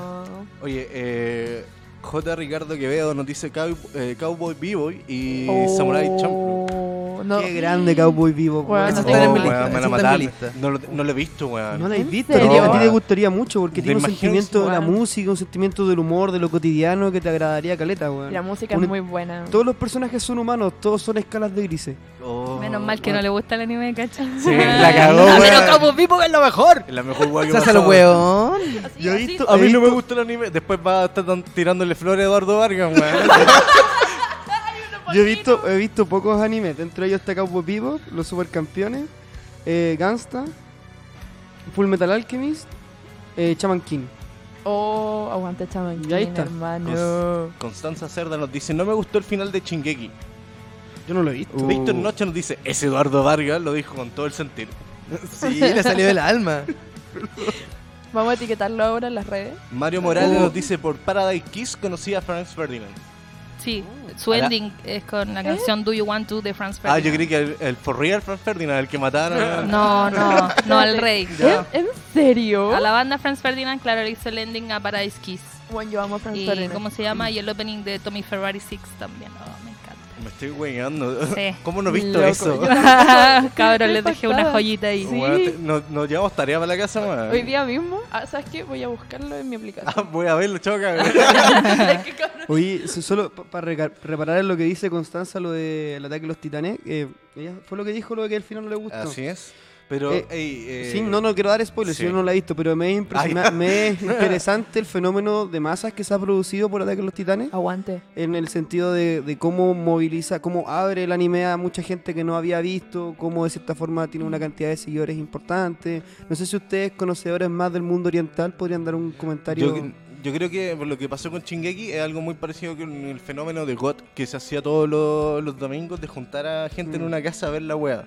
Speaker 1: Oye, eh, J. Ricardo Quevedo nos dice cow- eh, Cowboy B-Boy y
Speaker 2: Oh,
Speaker 1: Samurai Champloo.
Speaker 2: no.
Speaker 4: Qué grande Cowboy Vivo.
Speaker 2: Bueno,
Speaker 4: weón.
Speaker 2: Eso
Speaker 1: Oh,
Speaker 2: está en mi
Speaker 1: weón,
Speaker 3: lista,
Speaker 1: me
Speaker 3: eso
Speaker 1: van a
Speaker 3: está en mi
Speaker 1: matar.
Speaker 3: lista.
Speaker 1: No lo, no lo he visto, weón.
Speaker 4: No la he
Speaker 2: ¿En
Speaker 4: visto,
Speaker 2: serio?
Speaker 4: pero a ti te gustaría mucho porque
Speaker 1: Me
Speaker 4: tiene un
Speaker 1: imagino
Speaker 4: sentimiento de la
Speaker 1: igual.
Speaker 4: música, un sentimiento del humor, de lo cotidiano que te agradaría caleta,
Speaker 2: Y
Speaker 4: weón.
Speaker 2: La música
Speaker 4: Un-
Speaker 2: es muy buena.
Speaker 4: Todos los personajes son humanos, todos son escalas de grises.
Speaker 1: Oh.
Speaker 6: Menos mal que no le gusta el anime, ¿cachai?
Speaker 1: Sí, la cagó,
Speaker 5: Pero
Speaker 1: weón.
Speaker 5: como vivo es lo mejor.
Speaker 1: Es la mejor weón que
Speaker 3: Se hace
Speaker 1: pasó.
Speaker 3: el hueón.
Speaker 1: Yo he
Speaker 2: así.
Speaker 1: visto- a mí no me gusta el anime. Después va a estar tan- tirándole flores a Eduardo Vargas, weón.
Speaker 4: Yo he visto, he visto pocos animes, dentro de ellos está Cowboy Bebop, Los Supercampeones, eh, Gangsta, Full Metal Alchemist, eh, Chaman King.
Speaker 2: Oh, aguante chaman.
Speaker 4: Y ahí está. Pues.
Speaker 2: hermano.
Speaker 1: Constanza Cerda nos dice, no me gustó el final de Chingeki.
Speaker 4: Yo no lo he visto.
Speaker 1: Víctor Noche nos dice, es Eduardo Vargas, lo dijo con todo el sentido.
Speaker 3: Sí, le salió del alma.
Speaker 2: Vamos a etiquetarlo ahora en las redes.
Speaker 1: Mario Morales
Speaker 3: Oh.
Speaker 1: nos dice, por Paradise Kiss conocí a Franz Ferdinand.
Speaker 6: Sí, su
Speaker 1: Ala.
Speaker 6: ending es con
Speaker 2: ¿Eh?
Speaker 6: la canción Do You Want To de Franz
Speaker 1: Ah,
Speaker 6: Ferdinand.
Speaker 1: yo creí que el, el for real Franz Ferdinand, el que mataron.
Speaker 6: No, no, no al rey.
Speaker 2: ¿En, ¿Eh? en serio?
Speaker 6: A la banda Franz Ferdinand, claro, le hizo el ending a Paradise Kiss.
Speaker 2: Bueno, yo amo a Franz
Speaker 6: Y
Speaker 2: Ferdinand.
Speaker 6: cómo se llama, y el opening de Tommy Ferrari 6 también. Oh, me
Speaker 1: Me estoy weyando.
Speaker 6: Sí.
Speaker 1: ¿Cómo no he visto
Speaker 2: Loco,
Speaker 1: eso?
Speaker 2: yo-
Speaker 6: encanta. Cabrón, les dejé
Speaker 2: impactada.
Speaker 6: una joyita ahí.
Speaker 2: Sí.
Speaker 1: Weón, te- nos, nos llevamos tarea para la casa, weón.
Speaker 2: Hoy día mismo, ah, ¿sabes qué? Voy a buscarlo en mi
Speaker 1: Ah,
Speaker 2: aplicación.
Speaker 1: voy a verlo, choca. weón.
Speaker 4: Uh, Oye, so- solo para reparar en lo que dice Constanza, lo del ataque de los titanes, eh, ella fue lo que dijo, lo de que al final no le gustó.
Speaker 1: Así es. Pero,
Speaker 4: Eh,
Speaker 1: ey, eh,
Speaker 4: Sí, no, no quiero dar spoilers,
Speaker 1: Ah, sí.
Speaker 4: yo no la he visto, pero me es, impres-
Speaker 1: Ay.
Speaker 4: me- me es interesante el fenómeno de masas que se ha producido por Ataque a los Titanes,
Speaker 2: Ah, Aguante.
Speaker 4: en el sentido de, de cómo moviliza, cómo abre el anime a mucha gente que no había visto, cómo de cierta forma tiene una cantidad de seguidores importante. No sé si ustedes, conocedores más del mundo oriental, podrían dar un comentario.
Speaker 1: Yo, yo creo que por lo que pasó con Chingeki es algo muy parecido con el fenómeno de GOT que se hacía todos los, los domingos de juntar a gente en
Speaker 4: Mm.
Speaker 1: una casa a ver la wea.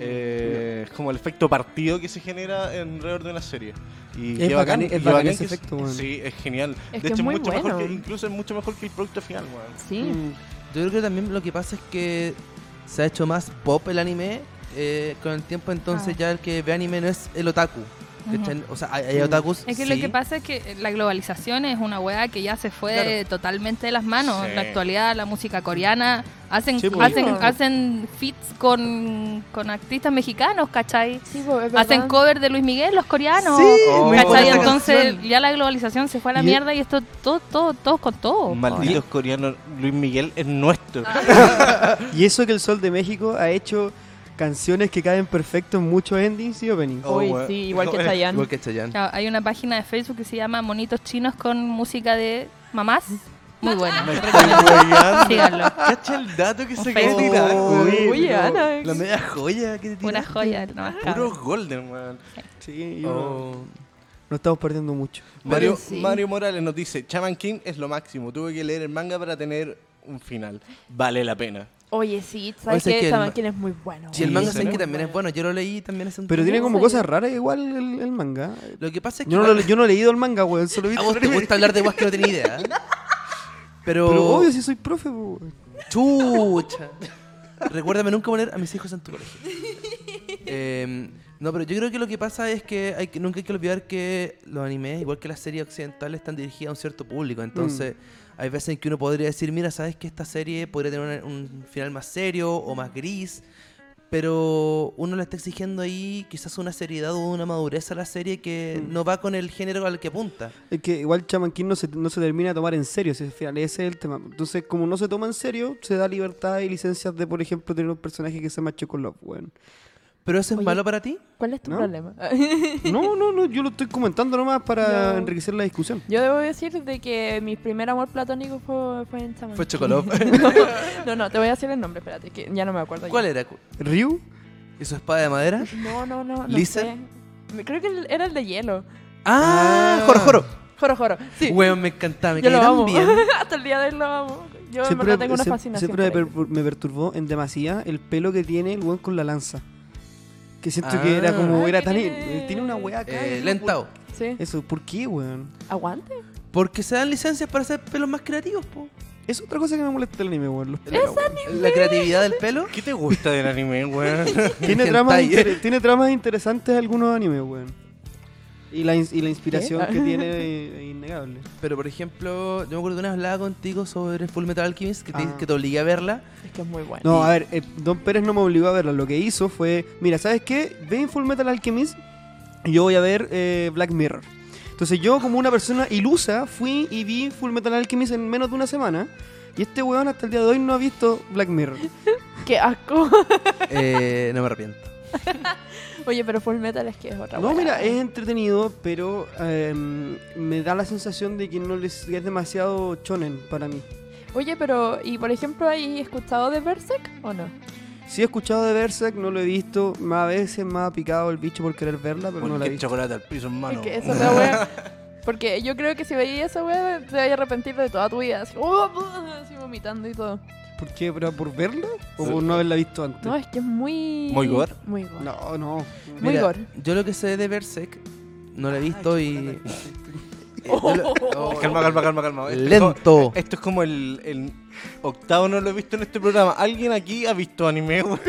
Speaker 1: Eh, es como el efecto partido que se genera alrededor de una serie. Y
Speaker 4: Es
Speaker 1: qué
Speaker 4: bacán,
Speaker 1: bacán,
Speaker 4: es
Speaker 1: qué
Speaker 4: bacán ese
Speaker 1: que-
Speaker 4: efecto, weón.
Speaker 1: Sí, es genial.
Speaker 2: Es que
Speaker 1: de
Speaker 2: es
Speaker 1: hecho,
Speaker 2: muy
Speaker 1: mucho mejor
Speaker 2: bueno.
Speaker 1: que- incluso es mucho mejor que el producto final, weón.
Speaker 2: Sí.
Speaker 4: Mm.
Speaker 3: Yo creo que también lo que pasa es que se ha hecho más pop el anime eh, con el tiempo, entonces
Speaker 6: Ah.
Speaker 3: ya el que ve anime no es el otaku.
Speaker 6: Ujú.
Speaker 3: ¿cachai? O sea, hay, hay otakus.
Speaker 6: Es que
Speaker 3: sí,
Speaker 6: lo que pasa es que la globalización es una weá que ya se fue totalmente de las manos.
Speaker 1: Sí.
Speaker 6: En la actualidad, la música coreana hacen
Speaker 1: Sí, pues.
Speaker 6: hacen,
Speaker 2: Sí.
Speaker 6: hacen feats con, con artistas mexicanos, ¿cachai?
Speaker 2: Sí, po, es
Speaker 6: Hacen
Speaker 2: verdad.
Speaker 6: cover de Luis Miguel los coreanos.
Speaker 3: Sí,
Speaker 1: Oh.
Speaker 3: me
Speaker 1: ¿Cachai?
Speaker 3: acuerdo
Speaker 6: ¿Cachai?
Speaker 3: esta
Speaker 6: Entonces
Speaker 3: canción.
Speaker 6: ya la globalización se fue a la
Speaker 4: Y-
Speaker 6: mierda y esto todo, todo, todo con todo.
Speaker 1: Malditos coreanos, Luis Miguel es nuestro.
Speaker 2: Ah.
Speaker 4: Y eso que el Sol de México ha hecho canciones que caen perfecto en muchos endings y openings.
Speaker 1: Oh,
Speaker 2: Uy,
Speaker 1: weón.
Speaker 2: sí, igual que
Speaker 1: Bueno,
Speaker 2: Chayanne.
Speaker 3: Igual que Chayanne.
Speaker 6: Ya, Hay una página de Facebook que se llama Monitos Chinos con música de mamás. Muy buena.
Speaker 1: Me estoy weyando.
Speaker 6: Síganlo.
Speaker 3: Cacha el dato que se
Speaker 6: Un
Speaker 3: quedó
Speaker 6: Facebook.
Speaker 3: tirar,
Speaker 4: Uy,
Speaker 2: Oye,
Speaker 4: pero-
Speaker 2: Ana.
Speaker 3: La media joya que te
Speaker 6: Una
Speaker 3: tiraste.
Speaker 6: joya. No, más
Speaker 1: Puro
Speaker 6: cabrón.
Speaker 1: golden, weón.
Speaker 4: Sí, y uno-
Speaker 3: Oh.
Speaker 4: nos estamos perdiendo mucho.
Speaker 1: Mario,
Speaker 6: sí.
Speaker 1: Mario Morales nos dice, Chaman King es lo máximo, tuve que leer el manga para tener un final. Vale la pena.
Speaker 2: Oye, sí,
Speaker 3: Oye,
Speaker 2: ¿sabes
Speaker 3: sé
Speaker 2: qué?
Speaker 3: que el
Speaker 2: Saben
Speaker 3: ma-
Speaker 2: quién es muy bueno.
Speaker 3: Sí, el
Speaker 1: Sí,
Speaker 3: manga
Speaker 1: sí,
Speaker 3: sé
Speaker 1: ¿no?
Speaker 3: que también es bueno. Yo lo leí también hace un
Speaker 4: Pero
Speaker 3: tiempo.
Speaker 4: tiene como cosas raras igual el, el manga.
Speaker 3: Lo que pasa es que.
Speaker 4: Yo no, lo- yo no he leído el manga, weón, solo he
Speaker 3: A
Speaker 4: visto
Speaker 3: vos
Speaker 4: el
Speaker 3: te
Speaker 4: anime.
Speaker 3: gusta hablar de guas que no tenía idea. Pero.
Speaker 4: Pero obvio si soy profe, po, weón.
Speaker 3: Chucha. Recuérdame nunca poner a mis hijos en tu colegio. Em, No, pero yo creo que lo que pasa es que, hay que nunca hay que olvidar que los animes, igual que las series occidentales, están dirigidas a un cierto público. Entonces, hay veces en que uno podría decir, mira, sabes que esta serie podría tener una- un final más serio o más gris, pero uno le está exigiendo ahí quizás una seriedad o una madurez a la serie que
Speaker 4: Mm.
Speaker 3: no va con el género al que apunta.
Speaker 4: Es que igual Chaman King no se, no se termina de tomar en serio, ese, es el final, ese es el tema. Entonces, como no se toma en serio, se da libertad y licencias de, por ejemplo, tener un personaje que se llama Chocolate, weón.
Speaker 3: ¿Pero eso es
Speaker 2: Oye.
Speaker 3: malo para ti?
Speaker 2: ¿Cuál es tu
Speaker 4: ¿No?
Speaker 2: problema?
Speaker 4: No, no, no, yo lo estoy comentando nomás para
Speaker 2: No.
Speaker 4: enriquecer la discusión.
Speaker 2: Yo debo decir de que mi primer amor platónico fue, fue en Chaman
Speaker 3: Fue
Speaker 2: King.
Speaker 3: Chocolate.
Speaker 2: no, no, te voy a decir el nombre, espérate, que ya no me acuerdo. ya.
Speaker 3: ¿Cuál era?
Speaker 4: Ryu,
Speaker 3: ¿Y su espada de madera?
Speaker 2: No, no, no. no
Speaker 3: ¿Lizard?
Speaker 2: sé. Me- Creo que el- era el de hielo.
Speaker 3: ¡Ah!
Speaker 4: Ah.
Speaker 3: ¡Joro, joro!
Speaker 2: Joro, joro. Sí.
Speaker 3: Weón, me encantaba, me
Speaker 2: Yo lo
Speaker 3: caía tan
Speaker 2: amo.
Speaker 3: bien.
Speaker 2: Hasta el día de hoy lo amo. Yo en verdad tengo una
Speaker 4: siem-
Speaker 2: fascinación.
Speaker 4: siempre me,
Speaker 2: por él.
Speaker 4: per- me perturbó en demasía el pelo que tiene el weón con la lanza. Que siento que era como,
Speaker 2: Ah.
Speaker 4: era
Speaker 2: Ay,
Speaker 4: tan...
Speaker 2: tiene-
Speaker 4: Tiene una weá acá.
Speaker 3: Eh,
Speaker 4: ¿no?
Speaker 3: lentao.
Speaker 2: Sí.
Speaker 4: Eso, ¿por qué, weón?
Speaker 2: ¿Aguante?
Speaker 3: Porque se dan licencias para hacer pelos más creativos, po.
Speaker 4: Es otra cosa que me molesta el anime, weón. los pelos,
Speaker 3: La- La creatividad del pelo.
Speaker 1: ¿Qué te gusta del anime, weón?
Speaker 4: Tiene
Speaker 3: El
Speaker 4: tramas,
Speaker 3: hentai.
Speaker 4: inter- tiene tramas interesantes algunos animes, weón. Y la, ins- y la inspiración
Speaker 2: ¿Qué?
Speaker 4: que tiene es innegable.
Speaker 3: Pero por ejemplo, yo me acuerdo que una vez hablaba contigo sobre Full Metal Alchemist, que te,
Speaker 4: Ah.
Speaker 3: que te obligué a verla.
Speaker 2: Es que es muy bueno.
Speaker 4: No, a ver, eh, Don Pérez no me obligó a verla. Lo que hizo fue, mira, ¿sabes qué? Ve Full Metal Alchemist y yo voy a ver eh, Black Mirror. Entonces yo, como una persona ilusa, fui y vi Full Metal Alchemist en menos de una semana. Y este weón hasta el día de hoy no ha visto Black Mirror.
Speaker 2: ¡Qué asco!
Speaker 3: Eh, no me arrepiento.
Speaker 2: Oye, pero Full Metal es que es otra
Speaker 4: No,
Speaker 2: weá.
Speaker 4: mira, es entretenido, pero eh, me da la sensación de que no les, es demasiado chonen para mí.
Speaker 2: Oye, pero, ¿y por ejemplo, hay escuchado de Berserk o no?
Speaker 4: Sí he escuchado de Berserk, no lo he visto. Más a veces me ha picado el bicho por querer verla, pero no la he
Speaker 1: Porque
Speaker 4: visto.
Speaker 1: chocolate al piso, hermano.
Speaker 2: Es que esa es la wea. Porque yo creo que si veías esa wea, te vas a arrepentir de toda tu vida. Así, ¡oh! así vomitando y todo.
Speaker 4: ¿Por qué? ¿Pero por verla? ¿O
Speaker 1: Sí.
Speaker 4: por no haberla visto antes?
Speaker 2: No, es que es muy.
Speaker 1: ¿Muy gore?
Speaker 2: Muy gore.
Speaker 4: No, no.
Speaker 2: Muy
Speaker 3: Mira,
Speaker 2: gore.
Speaker 3: Yo lo que sé de Berserk, no la he visto y.
Speaker 2: Oh.
Speaker 3: Yo lo- oh.
Speaker 1: Calma, calma, calma, calma. Esto es como-
Speaker 3: Lento.
Speaker 1: Esto es como el, el octavo, no lo he visto en este programa. ¿Alguien aquí ha visto anime, weón?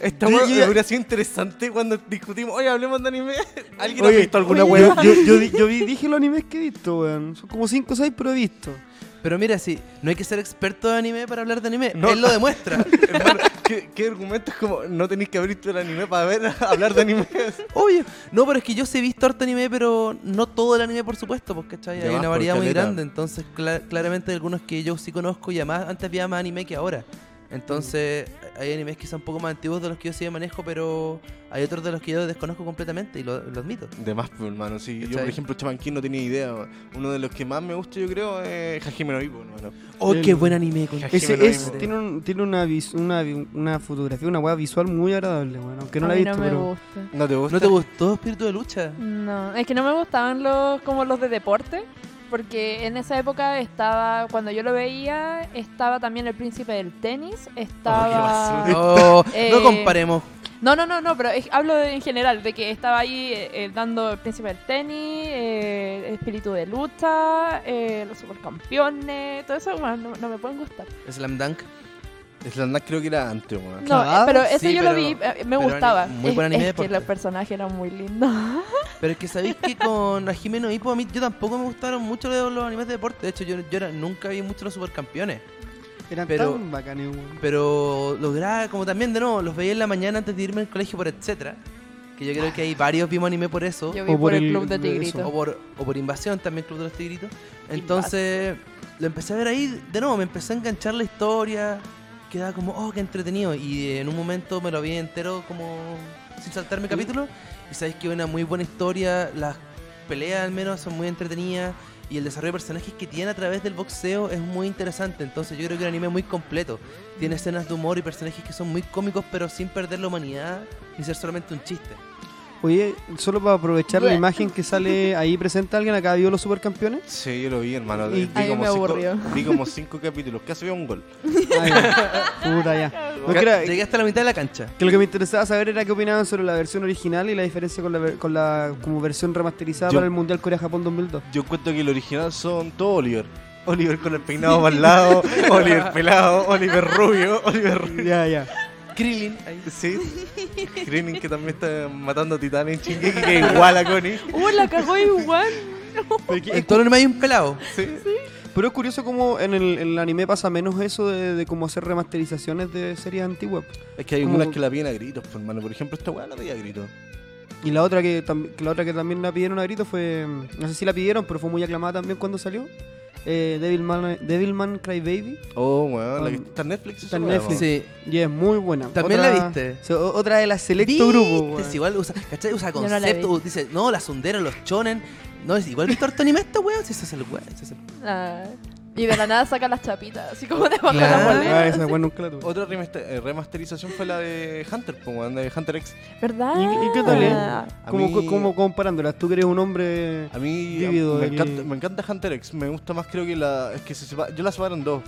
Speaker 1: Esta
Speaker 4: Yo
Speaker 1: weón
Speaker 4: ya-
Speaker 1: hubiera sido interesante cuando discutimos, oye, hablemos de anime. ¿Alguien
Speaker 4: Oye,
Speaker 1: ha visto alguna
Speaker 4: oye,
Speaker 1: weón?
Speaker 4: Yo, yo, di- yo vi- dije los animes que he visto, weón. Son como 5 o 6, pero he visto.
Speaker 3: Pero mira, sí, no hay que ser experto de anime para hablar de anime.
Speaker 1: eh. No.
Speaker 3: Él lo demuestra.
Speaker 1: Hermano, ¿qué, qué argumento es como no tenéis que haber visto el anime para ver, hablar de anime?
Speaker 3: Obvio. No, pero es que yo sí he visto harto anime, pero no todo el anime, por supuesto, porque ¿cachai?
Speaker 1: Ya
Speaker 3: hay
Speaker 1: vas
Speaker 3: una
Speaker 1: por
Speaker 3: variedad muy
Speaker 1: caleta.
Speaker 3: grande. Entonces, cla- claramente hay algunos que yo sí conozco y además antes había más anime que ahora. Entonces, hay animes quizá un poco más antiguos de los que yo sí manejo, pero hay otros de los que yo desconozco completamente y lo, lo admito.
Speaker 1: De más, pues, hermano. Sí, yo, por
Speaker 3: ¿Cachai?
Speaker 1: ejemplo, Chaman King no tenía idea. weón. Uno de los que más me gusta, yo creo, es Hajime no Ippo, hermano.
Speaker 3: ¡Oh,
Speaker 4: El-
Speaker 3: qué buen anime! con-
Speaker 1: Ese-
Speaker 4: Ese
Speaker 1: me lo
Speaker 4: es,
Speaker 1: mismo.
Speaker 4: tiene, un- tiene una, vis- una, vi- una fotografía, una weá visual muy agradable, weón. Aunque no
Speaker 2: A
Speaker 4: la he
Speaker 2: mí
Speaker 4: visto,
Speaker 2: no me
Speaker 4: pero...
Speaker 2: gusta.
Speaker 1: ¿No te gusta?
Speaker 3: ¿No te gustó Espíritu de Lucha?
Speaker 2: No, es que no me gustaban los como los de deporte, porque en esa época estaba, cuando yo lo veía, estaba también el príncipe del
Speaker 4: Oh,
Speaker 2: tenis, estaba...
Speaker 3: Oh,
Speaker 2: Eh,
Speaker 3: no comparemos.
Speaker 2: no, no, no, no, pero es- hablo de- en general, de que estaba ahí eh, eh, dando el príncipe del tenis, eh, el espíritu de lucha, eh, los supercampeones, todo eso, bueno, no, no me pueden gustar.
Speaker 3: Slam Dunk.
Speaker 1: Slandak creo que era antes, weón.
Speaker 2: No, eh, pero ese
Speaker 3: Sí,
Speaker 2: yo
Speaker 3: pero-
Speaker 2: lo vi, eh, me
Speaker 3: pero
Speaker 2: gustaba.
Speaker 3: ani- muy
Speaker 2: Es-
Speaker 3: buen anime
Speaker 2: es
Speaker 3: de
Speaker 2: que
Speaker 3: deporte.
Speaker 2: los personajes eran muy lindos.
Speaker 3: Pero es que sabéis que con Hajime no Ippo a mí yo tampoco me gustaron mucho los, los animes de deporte. De hecho, yo, yo era- nunca vi mucho los supercampeones.
Speaker 4: Eran
Speaker 3: pero-
Speaker 4: tan bacanes, weón.
Speaker 3: Pero lograba, como también de nuevo, los veía en la mañana antes de irme al colegio por etcétera. Que yo creo que hay varios vimos anime por eso.
Speaker 2: Yo vi
Speaker 4: O
Speaker 2: por,
Speaker 4: por
Speaker 2: el,
Speaker 4: el-
Speaker 2: club de
Speaker 4: de eso.
Speaker 2: tigritos.
Speaker 3: O por, o por invasión también, Club de los Tigritos. Entonces, lo empecé a ver ahí, de nuevo, me empecé a enganchar la historia. Quedaba como, oh, qué entretenido. Y eh, en un momento me lo vi entero como sin saltarme capítulo. Y sabéis que una muy buena historia, las peleas al menos son muy entretenidas. Y el desarrollo de personajes que tiene a través del boxeo es muy interesante. Entonces yo creo que el anime es muy completo. Tiene escenas de humor y personajes que son muy cómicos, pero sin perder la humanidad ni ser solamente un chiste.
Speaker 4: Oye, solo para aprovechar la
Speaker 2: Bleh.
Speaker 4: imagen que sale ahí presente alguien, acá vio los supercampeones.
Speaker 1: Sí, yo lo vi, hermano.
Speaker 4: Y-
Speaker 1: Vi
Speaker 2: A mí
Speaker 1: como
Speaker 2: me
Speaker 1: cinco-
Speaker 2: aburrió.
Speaker 1: Vi como cinco capítulos. Casi veo un gol.
Speaker 4: Ay, puta ya. No, que era-
Speaker 3: Llegué hasta la mitad de la cancha.
Speaker 4: Que lo que me interesaba saber era qué opinaban sobre la versión original y la diferencia con la, ver- con la como versión remasterizada
Speaker 1: Yo-
Speaker 4: para el Mundial Corea-Japón 2002.
Speaker 1: Yo encuentro que el original son todo Oliver. Oliver con el peinado para el lado, Oliver pelado, Oliver rubio, Oliver rubio.
Speaker 4: Ya, ya.
Speaker 3: Krillin. ahí.
Speaker 1: Sí. Krillin que también está matando a Titán en Shingeki, que es igual a Connie.
Speaker 2: ¡Uh, la cagó igual!
Speaker 4: Pero, que-
Speaker 3: En todo el anime hay un pelado.
Speaker 1: Sí.
Speaker 4: pero es curioso como en el, en el anime pasa menos eso de, de cómo hacer remasterizaciones de series antiguas.
Speaker 1: Es que hay
Speaker 4: Como-
Speaker 1: algunas que la piden a gritos, pues, hermano. Por ejemplo, esta weá la pedía a gritos.
Speaker 4: Y la otra que, tam- que la otra que también la pidieron a grito fue, mm, no sé si la pidieron, pero fue muy aclamada también cuando salió. Eh, Devilman, Devilman Crybaby.
Speaker 1: Oh, weón, la que
Speaker 4: Um,
Speaker 1: está en Netflix.
Speaker 4: está
Speaker 1: esa
Speaker 4: en
Speaker 1: weá,
Speaker 4: Netflix.
Speaker 1: po.
Speaker 3: Sí.
Speaker 4: Y es muy buena.
Speaker 3: ¿También
Speaker 4: Otra-
Speaker 3: la viste?
Speaker 4: se- o- otra de las selecto
Speaker 3: Viste,
Speaker 4: grupo. weón.
Speaker 3: si igual usa, ¿cachai? Usa
Speaker 2: Yo no la
Speaker 3: concepto,
Speaker 2: vi.
Speaker 3: u- dice, no, la sundera, los chonen. No, es igual Víctor Tony Mesto, weón. Si ese es el weón. si ese es el-
Speaker 2: Ah, Y de la nada saca las chapitas, así como debajo de la
Speaker 3: Claro.
Speaker 2: polera.
Speaker 4: Ah, esa weón nunca la tuve.
Speaker 1: Otra remaster- eh, remasterización fue la de Hunter, po, weón, de Hunter X.
Speaker 2: ¿Verdad?
Speaker 4: ¿Y- y qué tal,
Speaker 1: eh? A
Speaker 4: Como,
Speaker 1: mí-
Speaker 4: como comparándolas, tú que eres un hombre...
Speaker 1: A mí a-
Speaker 4: Vívido
Speaker 1: me,
Speaker 4: el-
Speaker 1: encanta, me encanta Hunter X, me gusta más creo que la... Es que se sepa- yo la separo en dos,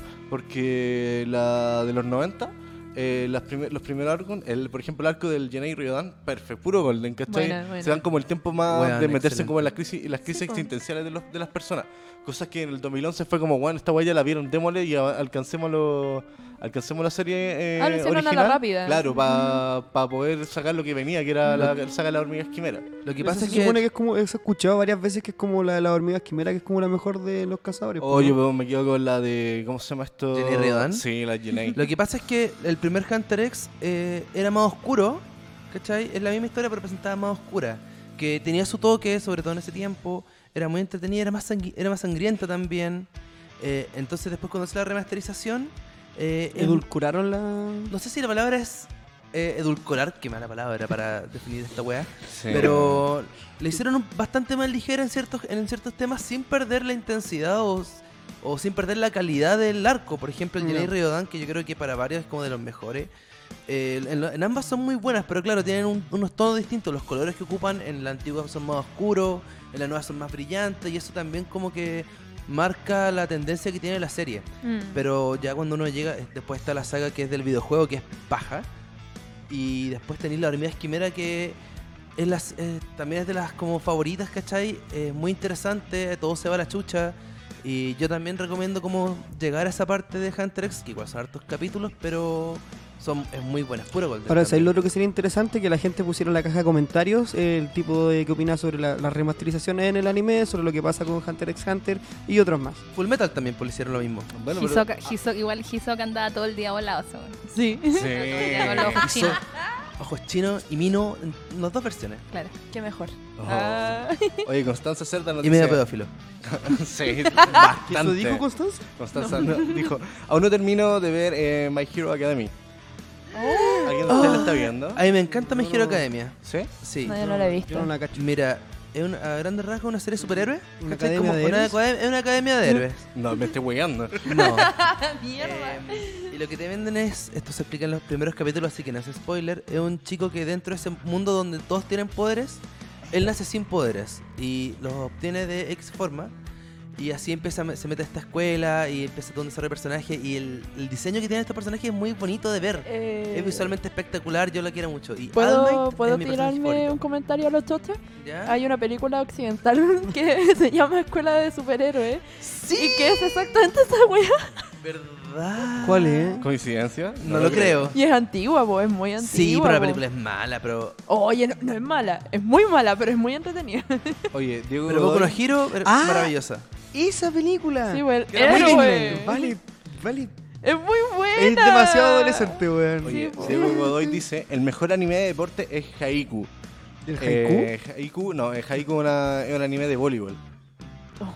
Speaker 1: porque la de los 90, eh, las primer- los primeros arcos, el, por ejemplo el arco del Jenny Riodan, perfecto, puro golden, ¿cachai?
Speaker 2: Bueno, bueno.
Speaker 1: Se dan como el tiempo más
Speaker 3: Weón,
Speaker 1: de meterse
Speaker 3: excelente.
Speaker 1: como en las crisis, en las crisis
Speaker 2: po.
Speaker 1: existenciales de, los- de las personas. Cosas que en el 2011 fue como, bueno, esta guaya la vieron, démosle y a- alcancemos lo- Alcancemos la serie eh,
Speaker 2: Ah, lo hicieron a la
Speaker 1: original,
Speaker 2: rápida.
Speaker 1: claro, para poder sacar lo que venía, que era la saga de la hormiga esquimera.
Speaker 3: Lo que
Speaker 4: ¿Qué
Speaker 3: pasa es
Speaker 4: Se
Speaker 3: que.
Speaker 4: supone que es como, eso he escuchado varias veces que es como la de las hormigas quimera, que es como la mejor de los cazadores. po,
Speaker 1: Oye,
Speaker 4: ¿no?
Speaker 1: weón, Oh, me quedo con la de. ¿Cómo se llama esto?
Speaker 3: ¿Jenny Riodan?
Speaker 1: Sí, la Jenny.
Speaker 3: Lo que pasa es que el primer Hunter X eh, era más oscuro, ¿cachai? Es la misma historia, pero presentada más oscura. Que tenía su toque, sobre todo en ese tiempo. Era muy entretenida, era más, sangui- era más sangrienta también. Eh, entonces, después, cuando hace la remasterización. eh, es-
Speaker 4: Edulcuraron la...
Speaker 3: no sé si la palabra es eh, edulcorar, qué mala palabra para definir esta weá.
Speaker 1: Sí.
Speaker 3: Pero le hicieron un- bastante más ligera en ciertos, en ciertos temas sin perder la intensidad o, s- o sin perder la calidad del arco. Por ejemplo, el
Speaker 4: Ya.
Speaker 3: Jenny Riodan, que yo creo que para varios es como de los mejores. Eh, en, lo- en ambas son muy buenas, pero claro, tienen un- unos tonos distintos. Los colores que ocupan en la antigua son más oscuros, en la nueva son más brillantes y eso también como que marca la tendencia que tiene la serie.
Speaker 2: Mm.
Speaker 3: Pero ya cuando uno llega, eh, después está la saga que es del videojuego, que es paja. Y después tenéis la hormiga esquimera, que es las, eh, también es de las como favoritas, ¿cachai? Es muy interesante, todo se va a la chucha. Y yo también recomiendo como llegar a esa parte de Hunter X, que igual son hartos capítulos, pero son, es muy buena, es puro golden.
Speaker 4: Ahora, ¿sabes
Speaker 3: también.
Speaker 4: lo otro que sería interesante? Que la gente pusiera en la caja de comentarios eh, el tipo de que opina sobre la- las remasterizaciones en el anime, sobre lo que pasa con Hunter x Hunter y otros más.
Speaker 3: Full Metal también pues, le hicieron lo mismo.
Speaker 1: Bueno, pero-
Speaker 6: Hisoka- Hiso- igual Hisoka andaba todo el día volado. ese weón.
Speaker 2: Sí.
Speaker 6: Con
Speaker 1: Sí.
Speaker 6: los ojos
Speaker 3: Hizo
Speaker 6: chinos,
Speaker 3: Ojos Chinos y Mino en las dos versiones.
Speaker 6: claro.
Speaker 2: Qué mejor.
Speaker 1: Oh.
Speaker 2: Ah.
Speaker 1: Oye, Constanza Cerda nos
Speaker 3: Y medio
Speaker 1: dice-
Speaker 3: pedófilo.
Speaker 1: Sí,
Speaker 4: ¿Qué eso dijo
Speaker 1: bastante.
Speaker 4: Constanza?
Speaker 1: Constanza no- dijo: Aún no termino de ver eh, My Hero Academy.
Speaker 2: Oh,
Speaker 1: ¿Alguien de ustedes la está viendo?
Speaker 3: A mí me encanta My
Speaker 4: No,
Speaker 3: Hero
Speaker 4: no.
Speaker 3: Academia.
Speaker 1: ¿Sí?
Speaker 3: Sí.
Speaker 2: No, yo no la he visto.
Speaker 4: Yo no la cacho.
Speaker 3: Mira, es una, a grandes rasgos una serie de superhéroes.
Speaker 4: ¿Una
Speaker 3: ¿cachai?
Speaker 4: academia
Speaker 3: Como
Speaker 4: de
Speaker 3: una
Speaker 4: héroes?
Speaker 3: academia- es una academia de héroes.
Speaker 1: No, me estoy hueando.
Speaker 3: No.
Speaker 2: Ah, Mierda.
Speaker 3: Eh, y lo que te venden es, esto se explica en los primeros capítulos, así que no es spoiler, es un chico que dentro de ese mundo donde todos tienen poderes, él nace sin poderes y los obtiene de X forma. Y así empieza, a me- se mete a esta escuela y empieza todo un desarrollo de personaje. Y el, el diseño que tiene este personaje es muy bonito de ver.
Speaker 2: Eh,
Speaker 3: Es visualmente espectacular, yo lo quiero mucho. Y All
Speaker 2: ¿Puedo,
Speaker 3: Might
Speaker 2: ¿puedo
Speaker 3: es mi personaje
Speaker 2: tirarme
Speaker 3: favorito. Ah.
Speaker 2: un comentario a los chochas?
Speaker 3: ¿Ya?
Speaker 2: Hay una película occidental que se llama Escuela de Superhéroes.
Speaker 3: ¡Sí!
Speaker 2: ¿Y qué es exactamente esa wea?
Speaker 3: ¿Verdad?
Speaker 4: ¿Cuál es?
Speaker 1: ¿Coincidencia?
Speaker 3: No lo creo.
Speaker 2: Y es antigua, po, es muy antigua.
Speaker 3: Sí, pero la
Speaker 2: po.
Speaker 3: película es mala, pero.
Speaker 2: Oye, no, no es mala, es muy mala, pero es muy entretenida.
Speaker 1: Oye, Diego
Speaker 3: Pero Boku no
Speaker 1: Godoy,
Speaker 3: Hero, pero
Speaker 4: Ah.
Speaker 3: maravillosa.
Speaker 4: ¡Esa película!
Speaker 2: Sí, weón.
Speaker 3: Ah, Era
Speaker 2: Héroe.
Speaker 4: Oye,
Speaker 2: weón.
Speaker 4: Vale, vale.
Speaker 2: Es muy buena.
Speaker 4: Es demasiado adolescente, weón.
Speaker 1: oye,
Speaker 2: Sí, po.
Speaker 1: Diego Godoy dice: El mejor anime de deporte es Haiku.
Speaker 4: ¿Del haiku?
Speaker 1: Eh, Haiku, no, es Haiku una- es un anime de voleibol.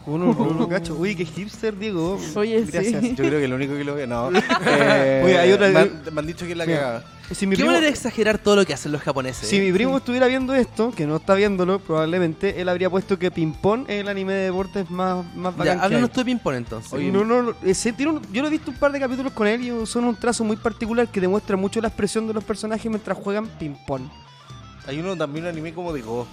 Speaker 4: Uno no lo cacho. Uy, qué hipster, Diego.
Speaker 2: Oye, sí.
Speaker 4: Gracias.
Speaker 1: Yo creo que lo único que lo veo, no. Eh,
Speaker 4: Oye, hay otra-
Speaker 1: Me han, me han dicho que es la
Speaker 4: Mira.
Speaker 1: cagada.
Speaker 4: Si mi
Speaker 3: Qué
Speaker 4: primo-
Speaker 3: manera de exagerar todo lo que hacen los japoneses.
Speaker 4: Si mi primo estuviera viendo esto, que no está viéndolo, probablemente él habría puesto que Pimpón es el anime de deportes más, más bacán
Speaker 3: ya,
Speaker 4: que hay.
Speaker 3: háblanos tú de ping-pong entonces.
Speaker 1: Oye,
Speaker 4: no, no, no, ese tiene un- yo lo he visto un par de capítulos con él y son un trazo muy particular que demuestra mucho la expresión de los personajes mientras juegan ping-pong.
Speaker 1: Hay uno también un anime como de Go.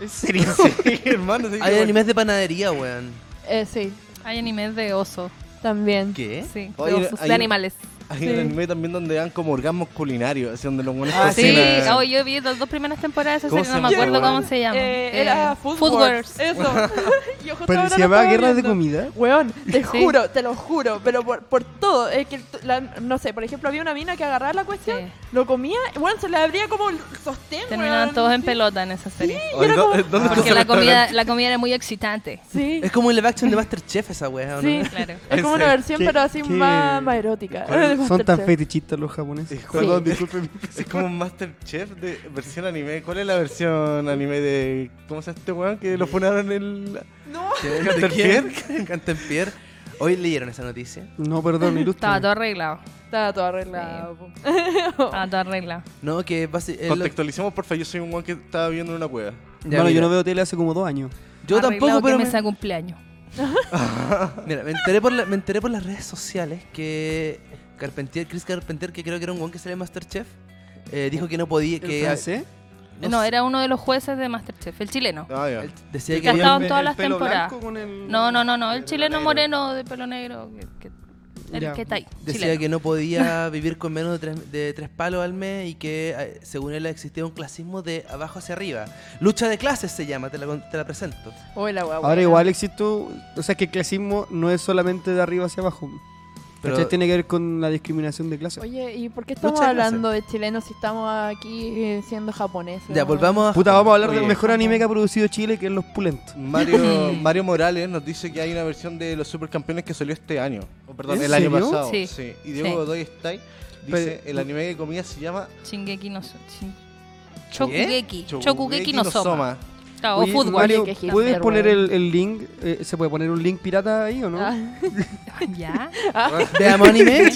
Speaker 4: ¿En serio?
Speaker 1: Sí, hermano. sí,
Speaker 3: Hay
Speaker 1: yo-
Speaker 3: animes de panadería, weón.
Speaker 2: Eh, sí,
Speaker 6: Hay animes de oso.
Speaker 2: también.
Speaker 3: ¿Qué?
Speaker 6: Sí, de,
Speaker 1: Oye,
Speaker 6: osos,
Speaker 1: hay
Speaker 6: de
Speaker 1: un-
Speaker 6: animales.
Speaker 1: Hay
Speaker 2: Sí.
Speaker 1: un anime también donde dan como orgasmos culinarios, así donde los buenos
Speaker 4: Ah,
Speaker 6: Sí,
Speaker 1: cocinan.
Speaker 6: oh, yo vi las dos primeras temporadas de esa
Speaker 1: ¿Cómo
Speaker 6: serie,
Speaker 1: se
Speaker 6: no me
Speaker 1: llama?
Speaker 6: acuerdo cómo
Speaker 1: Eh,
Speaker 6: se llama.
Speaker 2: Eh,
Speaker 6: Eh,
Speaker 2: era Food, Wars.
Speaker 6: Wars.
Speaker 2: Eso. Yo justo
Speaker 4: Pero
Speaker 2: ahora
Speaker 4: se
Speaker 2: lo estaba
Speaker 4: llamaba guerra de
Speaker 2: viendo.
Speaker 4: comida.
Speaker 2: Weón, te
Speaker 6: Sí.
Speaker 2: juro, te lo juro, pero por, por todo. Es que, t- la- no sé, por ejemplo, había una mina que agarraba la
Speaker 6: Sí.
Speaker 2: cuestión, lo comía, weón, se le abría como el sostén.
Speaker 6: Terminaban
Speaker 2: weón,
Speaker 6: todos en
Speaker 2: sí.
Speaker 6: pelota en esa serie.
Speaker 1: Oye,
Speaker 2: era
Speaker 1: ¿dó-
Speaker 2: como-
Speaker 1: ¿dónde está
Speaker 6: ah, Porque
Speaker 1: ese
Speaker 6: la comida,
Speaker 1: restaurante?
Speaker 6: la comida era muy excitante.
Speaker 2: Sí,
Speaker 3: Es como el live action de Masterchef esa wea, ¿o ¿no?
Speaker 2: sí.
Speaker 6: Claro.
Speaker 2: Es como una
Speaker 1: Ese-
Speaker 2: versión,
Speaker 4: qué-
Speaker 2: pero así
Speaker 4: qué-
Speaker 2: más, más erótica.
Speaker 4: Son tan
Speaker 2: Masterchef.
Speaker 4: fetichistas los japoneses.
Speaker 1: Sí.
Speaker 4: Perdón, disculpen.
Speaker 1: Es como un Masterchef de versión anime. ¿Cuál es la versión anime de. ¿Cómo se llama este weón? Que lo funaron el.
Speaker 2: No,
Speaker 3: ¿Cantempier? ¿Cantempier? Hoy leyeron esa noticia.
Speaker 4: No, perdón,
Speaker 6: Estaba
Speaker 4: ilustra.
Speaker 6: todo arreglado.
Speaker 2: estaba todo arreglado. po.
Speaker 6: Estaba todo arreglado.
Speaker 3: No, que basi- es lo-
Speaker 1: Contextualicemos, porfa. Yo soy un weón que estaba viviendo en una cueva.
Speaker 3: Ya,
Speaker 4: Bueno, yo
Speaker 3: mira.
Speaker 4: no veo tele hace como dos años.
Speaker 3: Yo tampoco, pero
Speaker 6: me...
Speaker 3: me,
Speaker 6: mesa de cumpleaños.
Speaker 3: mira, me enteré por la- me enteré por las redes sociales que Carpentier, Chris Carpentier, que creo que era un guan que sale en Masterchef, eh, dijo que no podía, que
Speaker 4: francés?
Speaker 6: No,
Speaker 3: sé,
Speaker 6: era uno de los jueces de Masterchef, el chileno.
Speaker 1: Ah, ya.
Speaker 3: él decía
Speaker 6: El
Speaker 3: que
Speaker 6: castado.
Speaker 3: había-
Speaker 6: estaban todas las temporadas. No, no, no, no, el chileno
Speaker 1: moreno
Speaker 6: moreno de pelo negro. Que, que- el
Speaker 4: Ya.
Speaker 6: que está ahí.
Speaker 3: decía
Speaker 6: chileno.
Speaker 3: que no podía vivir con menos de tres, de tres palos al mes y que eh, según él existía un clasismo de abajo hacia arriba. Lucha de clases se llama, te la, con- te la presento.
Speaker 2: Uy, la guagua.
Speaker 4: Ahora igual existe, o sea que el clasismo no es solamente de arriba hacia abajo.
Speaker 3: Pero-
Speaker 4: ¿Cachai? Tiene que ver con la discriminación de clase.
Speaker 2: Oye, ¿y por qué estamos
Speaker 3: Muchas gracias.
Speaker 2: hablando de chilenos si estamos aquí eh, siendo japoneses?
Speaker 3: Ya,
Speaker 2: no?
Speaker 3: volvamos a...
Speaker 4: Puta, vamos a hablar
Speaker 1: Oye.
Speaker 4: del mejor anime que ha producido Chile, que es Los Pulentos.
Speaker 1: Mario, Mario Morales nos dice que hay una versión de los supercampeones que salió este año. O perdón,
Speaker 4: ¿En
Speaker 1: el año
Speaker 4: serio?
Speaker 1: pasado.
Speaker 6: Sí.
Speaker 1: Y Diego
Speaker 6: Sí.
Speaker 1: Godoy Stay dice: el anime de comida se llama
Speaker 6: Shingeki no so- Shin- Chokugeki. Chokugeki
Speaker 1: Chokugeki
Speaker 6: no Soma. Claro, o
Speaker 4: Oye,
Speaker 6: Food Wars.
Speaker 4: Mario,
Speaker 2: Qué hipster,
Speaker 4: ¿puedes poner
Speaker 2: weón.
Speaker 4: el, el link? Eh, ¿Se puede poner un link pirata ahí o no?
Speaker 2: Ah,
Speaker 6: Ya.
Speaker 3: Veamos anime.
Speaker 2: Veamos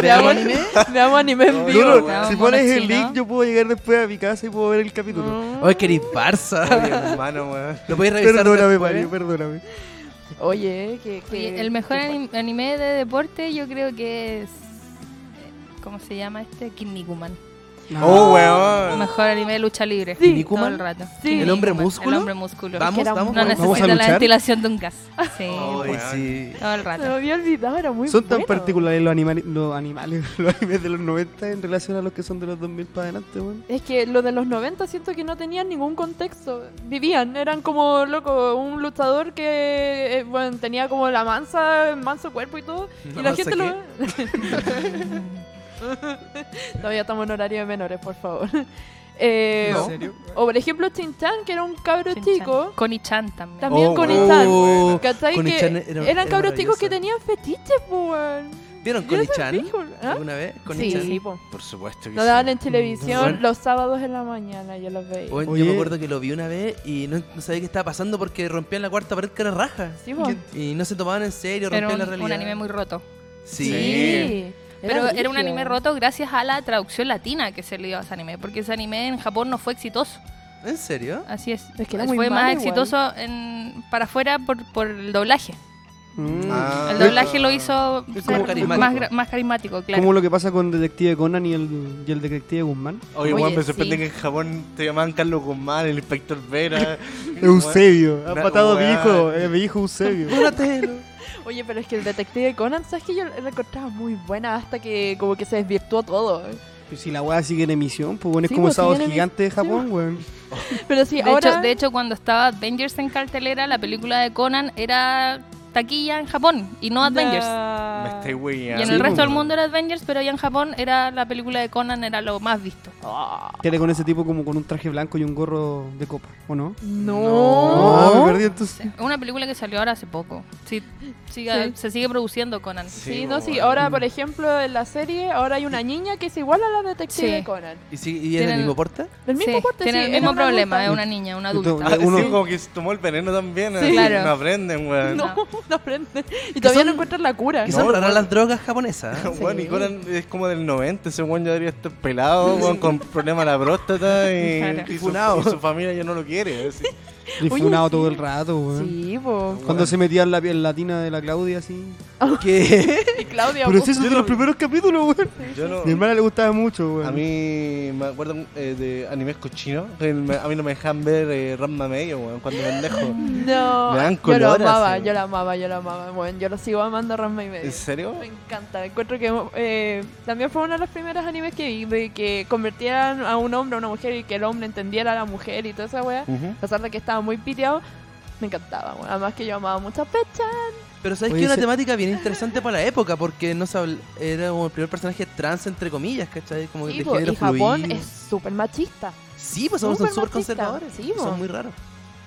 Speaker 3: Veamos anime.
Speaker 2: veamos anime en
Speaker 1: No,
Speaker 2: vivo.
Speaker 1: no,
Speaker 6: weón.
Speaker 4: si
Speaker 6: Estamos
Speaker 4: pones
Speaker 6: monos
Speaker 4: el link,
Speaker 6: chinos.
Speaker 4: yo puedo llegar después a mi casa y puedo ver el capítulo.
Speaker 3: Oye, Oh, que eres Barça.
Speaker 1: hermano, weón.
Speaker 3: Lo podéis revisar
Speaker 4: Perdóname,
Speaker 3: después.
Speaker 4: Mario, perdóname.
Speaker 2: Oye, que, que-
Speaker 6: Oye, el mejor
Speaker 2: que-
Speaker 6: anim- anime de deporte yo creo que es... eh, ¿Cómo se llama este? Kinnikuman.
Speaker 1: Oh, weón.
Speaker 6: Mejor anime de lucha libre.
Speaker 2: Sí.
Speaker 6: Todo
Speaker 3: ¿Kinnikuman?
Speaker 6: el rato.
Speaker 2: Sí.
Speaker 6: Kinnikuman,
Speaker 3: ¿El hombre músculo?
Speaker 6: El hombre músculo.
Speaker 3: Vamos,
Speaker 2: era
Speaker 3: vamos.
Speaker 2: muy-
Speaker 6: No
Speaker 2: ¿Vamos a
Speaker 6: necesita la
Speaker 4: luchar?
Speaker 6: ventilación de un gas. Oh. Sí.
Speaker 1: Ay,
Speaker 3: Ay, sí.
Speaker 6: Todo el
Speaker 2: Se me
Speaker 6: rato.
Speaker 2: había olvidado, era muy
Speaker 4: Son tan
Speaker 2: bueno.
Speaker 4: particulares los, animales los animales, los animes de los 90 en relación a los que son de los 2000 para adelante, weón.
Speaker 2: Es que lo de los 90 siento que no tenían ningún contexto. Vivían, eran como, loco, un luchador que, eh, bueno, tenía como la mansa, manso cuerpo y todo. y la
Speaker 3: ¿Mansa
Speaker 2: gente lo... Todavía estamos en horario de menores, por favor. Eh,
Speaker 3: No.
Speaker 4: serio?
Speaker 2: O por ejemplo Chin-Chan, que era un cabro
Speaker 6: Con
Speaker 2: chico.
Speaker 6: Konichan también.
Speaker 2: También
Speaker 1: Oh,
Speaker 2: con
Speaker 1: weón.
Speaker 2: Chan.
Speaker 3: Oh,
Speaker 2: ¿Cachai? Que
Speaker 3: Konichan era- era
Speaker 2: eran cabros chicos que
Speaker 3: maravillosa.
Speaker 2: tenían fetiches, po, weón.
Speaker 3: ¿Vieron
Speaker 2: Yo
Speaker 3: Conichan?
Speaker 2: dije, ¿ah?
Speaker 3: ¿Alguna vez? Conichan.
Speaker 2: Sí, po.
Speaker 1: Por supuesto que
Speaker 2: Lo
Speaker 1: sí.
Speaker 2: daban en televisión
Speaker 3: Mm, Bueno.
Speaker 2: los sábados en la mañana, yo los veía.
Speaker 3: Bueno,
Speaker 4: Oye.
Speaker 3: Yo me acuerdo que lo vi una vez y no, no sabía qué estaba pasando porque rompían la cuarta pared que era raja.
Speaker 2: Sí, po.
Speaker 3: Y no se tomaban en serio, rompían
Speaker 6: Era
Speaker 3: la
Speaker 6: un,
Speaker 3: realidad.
Speaker 6: un anime muy roto.
Speaker 3: Sí.
Speaker 1: Sí.
Speaker 6: Pero era un
Speaker 2: brígido.
Speaker 6: anime roto gracias a la traducción latina que se le dio a ese anime. Porque ese anime en Japón no fue exitoso.
Speaker 3: ¿En serio?
Speaker 6: Así es.
Speaker 2: Es que era muy
Speaker 6: fue más
Speaker 2: malo igual.
Speaker 6: exitoso en- para afuera por, por el doblaje.
Speaker 4: Mm.
Speaker 1: Ah.
Speaker 6: El doblaje lo hizo
Speaker 3: Es
Speaker 6: ser
Speaker 3: como carismático.
Speaker 6: Más, gra- más carismático, claro.
Speaker 4: Como lo que pasa con Detective Conan y el, y el Detective Guzmán.
Speaker 1: Oye,
Speaker 2: Oye,
Speaker 1: weón, me sorprende
Speaker 6: sí.
Speaker 1: que en Japón te llamaban Carlos Guzmán, el inspector Vera.
Speaker 4: Eusebio, ha
Speaker 1: Una-
Speaker 4: matado a mi
Speaker 1: weón.
Speaker 4: hijo, eh, mi hijo Eusebio.
Speaker 2: Oye, pero es que el detective Conan, ¿sabes que Yo la encontraba muy buena hasta que como que se desvirtuó todo.
Speaker 4: Pues si la weá sigue en emisión, pues bueno, es
Speaker 2: Sí,
Speaker 4: como
Speaker 2: pues,
Speaker 4: Sábado
Speaker 2: sigue en
Speaker 4: Gigante de Japón, weón.
Speaker 2: Pero sí,
Speaker 6: de,
Speaker 2: ahora...
Speaker 6: hecho, de hecho, cuando estaba Avengers en cartelera, la película de Conan era taquilla en Japón y no Avengers.
Speaker 1: Me estoy
Speaker 6: Y
Speaker 1: weyando.
Speaker 6: en
Speaker 4: Sí,
Speaker 6: el
Speaker 2: pues,
Speaker 6: resto del
Speaker 4: bueno.
Speaker 6: mundo era Avengers, pero ya en Japón era la película de Conan era lo más visto.
Speaker 4: Que era con ese tipo como con un traje blanco y un gorro de copa, ¿o no?
Speaker 2: No.
Speaker 4: No, me perdí entonces.
Speaker 6: Es una película que salió ahora hace poco. Sí, sigue-
Speaker 2: Sí.
Speaker 6: Se sigue produciendo Conan.
Speaker 2: Sí, no, sí. Ahora, por ejemplo, en la serie, ahora hay una niña que es igual a la detective
Speaker 6: Sí.
Speaker 2: Conan.
Speaker 3: ¿Y, sí, y en el
Speaker 6: Tienen-
Speaker 3: mismo porte?
Speaker 2: El mismo
Speaker 6: Sí,
Speaker 2: corte,
Speaker 6: tiene
Speaker 2: sí,
Speaker 6: el
Speaker 2: era
Speaker 6: mismo
Speaker 2: una
Speaker 6: problema, es
Speaker 2: adulta.
Speaker 6: una niña, una
Speaker 4: Entonces,
Speaker 6: adulta.
Speaker 1: Ah,
Speaker 4: Uno-
Speaker 1: sí, como que se tomó el veneno también. así,
Speaker 6: Claro.
Speaker 1: No aprenden, weón.
Speaker 2: No, no aprende. Y
Speaker 3: Que
Speaker 2: todavía
Speaker 3: son-
Speaker 2: no encuentran la cura.
Speaker 3: Que
Speaker 1: No,
Speaker 3: son raras
Speaker 1: bueno.
Speaker 3: las drogas japonesas. ¿eh?
Speaker 1: Weón, y
Speaker 2: Ah, Sí.
Speaker 1: Conan es como del 90, ese weón ya debería estar pelado, weón, con problemas de la próstata y,
Speaker 6: Claro.
Speaker 1: y, su,
Speaker 3: Funado.
Speaker 1: y su familia ya no lo quiere. así.
Speaker 4: Y
Speaker 2: Oye,
Speaker 4: funado
Speaker 2: sí.
Speaker 4: todo el rato, weón.
Speaker 2: Sí, po.
Speaker 4: Cuando se metía en la piel latina de la Claudia, así.
Speaker 3: que
Speaker 2: Y Claudia,
Speaker 4: Pero
Speaker 2: vos-
Speaker 4: si eso es de los primeros capítulos, weón.
Speaker 1: Yo no-
Speaker 4: Mi hermana le gustaba mucho, weón.
Speaker 1: A mí me acuerdo eh, de animes cochinos. que me- A mí no me dejan ver eh, Ranma medio, weón, cuando pendejo.
Speaker 2: No,
Speaker 1: Me dan
Speaker 2: yo lo
Speaker 1: color
Speaker 2: amaba,
Speaker 1: así.
Speaker 2: yo la amaba, yo la amaba. Bueno, yo lo sigo amando Ranma y medio.
Speaker 1: ¿En serio?
Speaker 2: Me encanta, encuentro que eh, también fue uno de los primeros animes que vi, de que convirtieran a un hombre a una mujer y que el hombre entendiera a la mujer y toda esa wea.
Speaker 1: Ujú.
Speaker 2: A pesar de que estaba muy piteado, me encantaba. bueno. además que yo amaba mucho a Pecha.
Speaker 3: Pero sabes
Speaker 4: Oye,
Speaker 3: que es una
Speaker 4: se-
Speaker 3: temática bien interesante para la época, porque no se habl- era como el primer personaje trans, entre comillas, ¿cachai? Como que
Speaker 2: Sí,
Speaker 3: de
Speaker 2: po,
Speaker 3: género
Speaker 2: y Japón
Speaker 3: fluido.
Speaker 2: es súper machista
Speaker 3: Sí, pues somos- son
Speaker 2: súper
Speaker 3: súper
Speaker 2: machista.
Speaker 3: conservadores.
Speaker 2: Sí, po.
Speaker 3: son muy raros.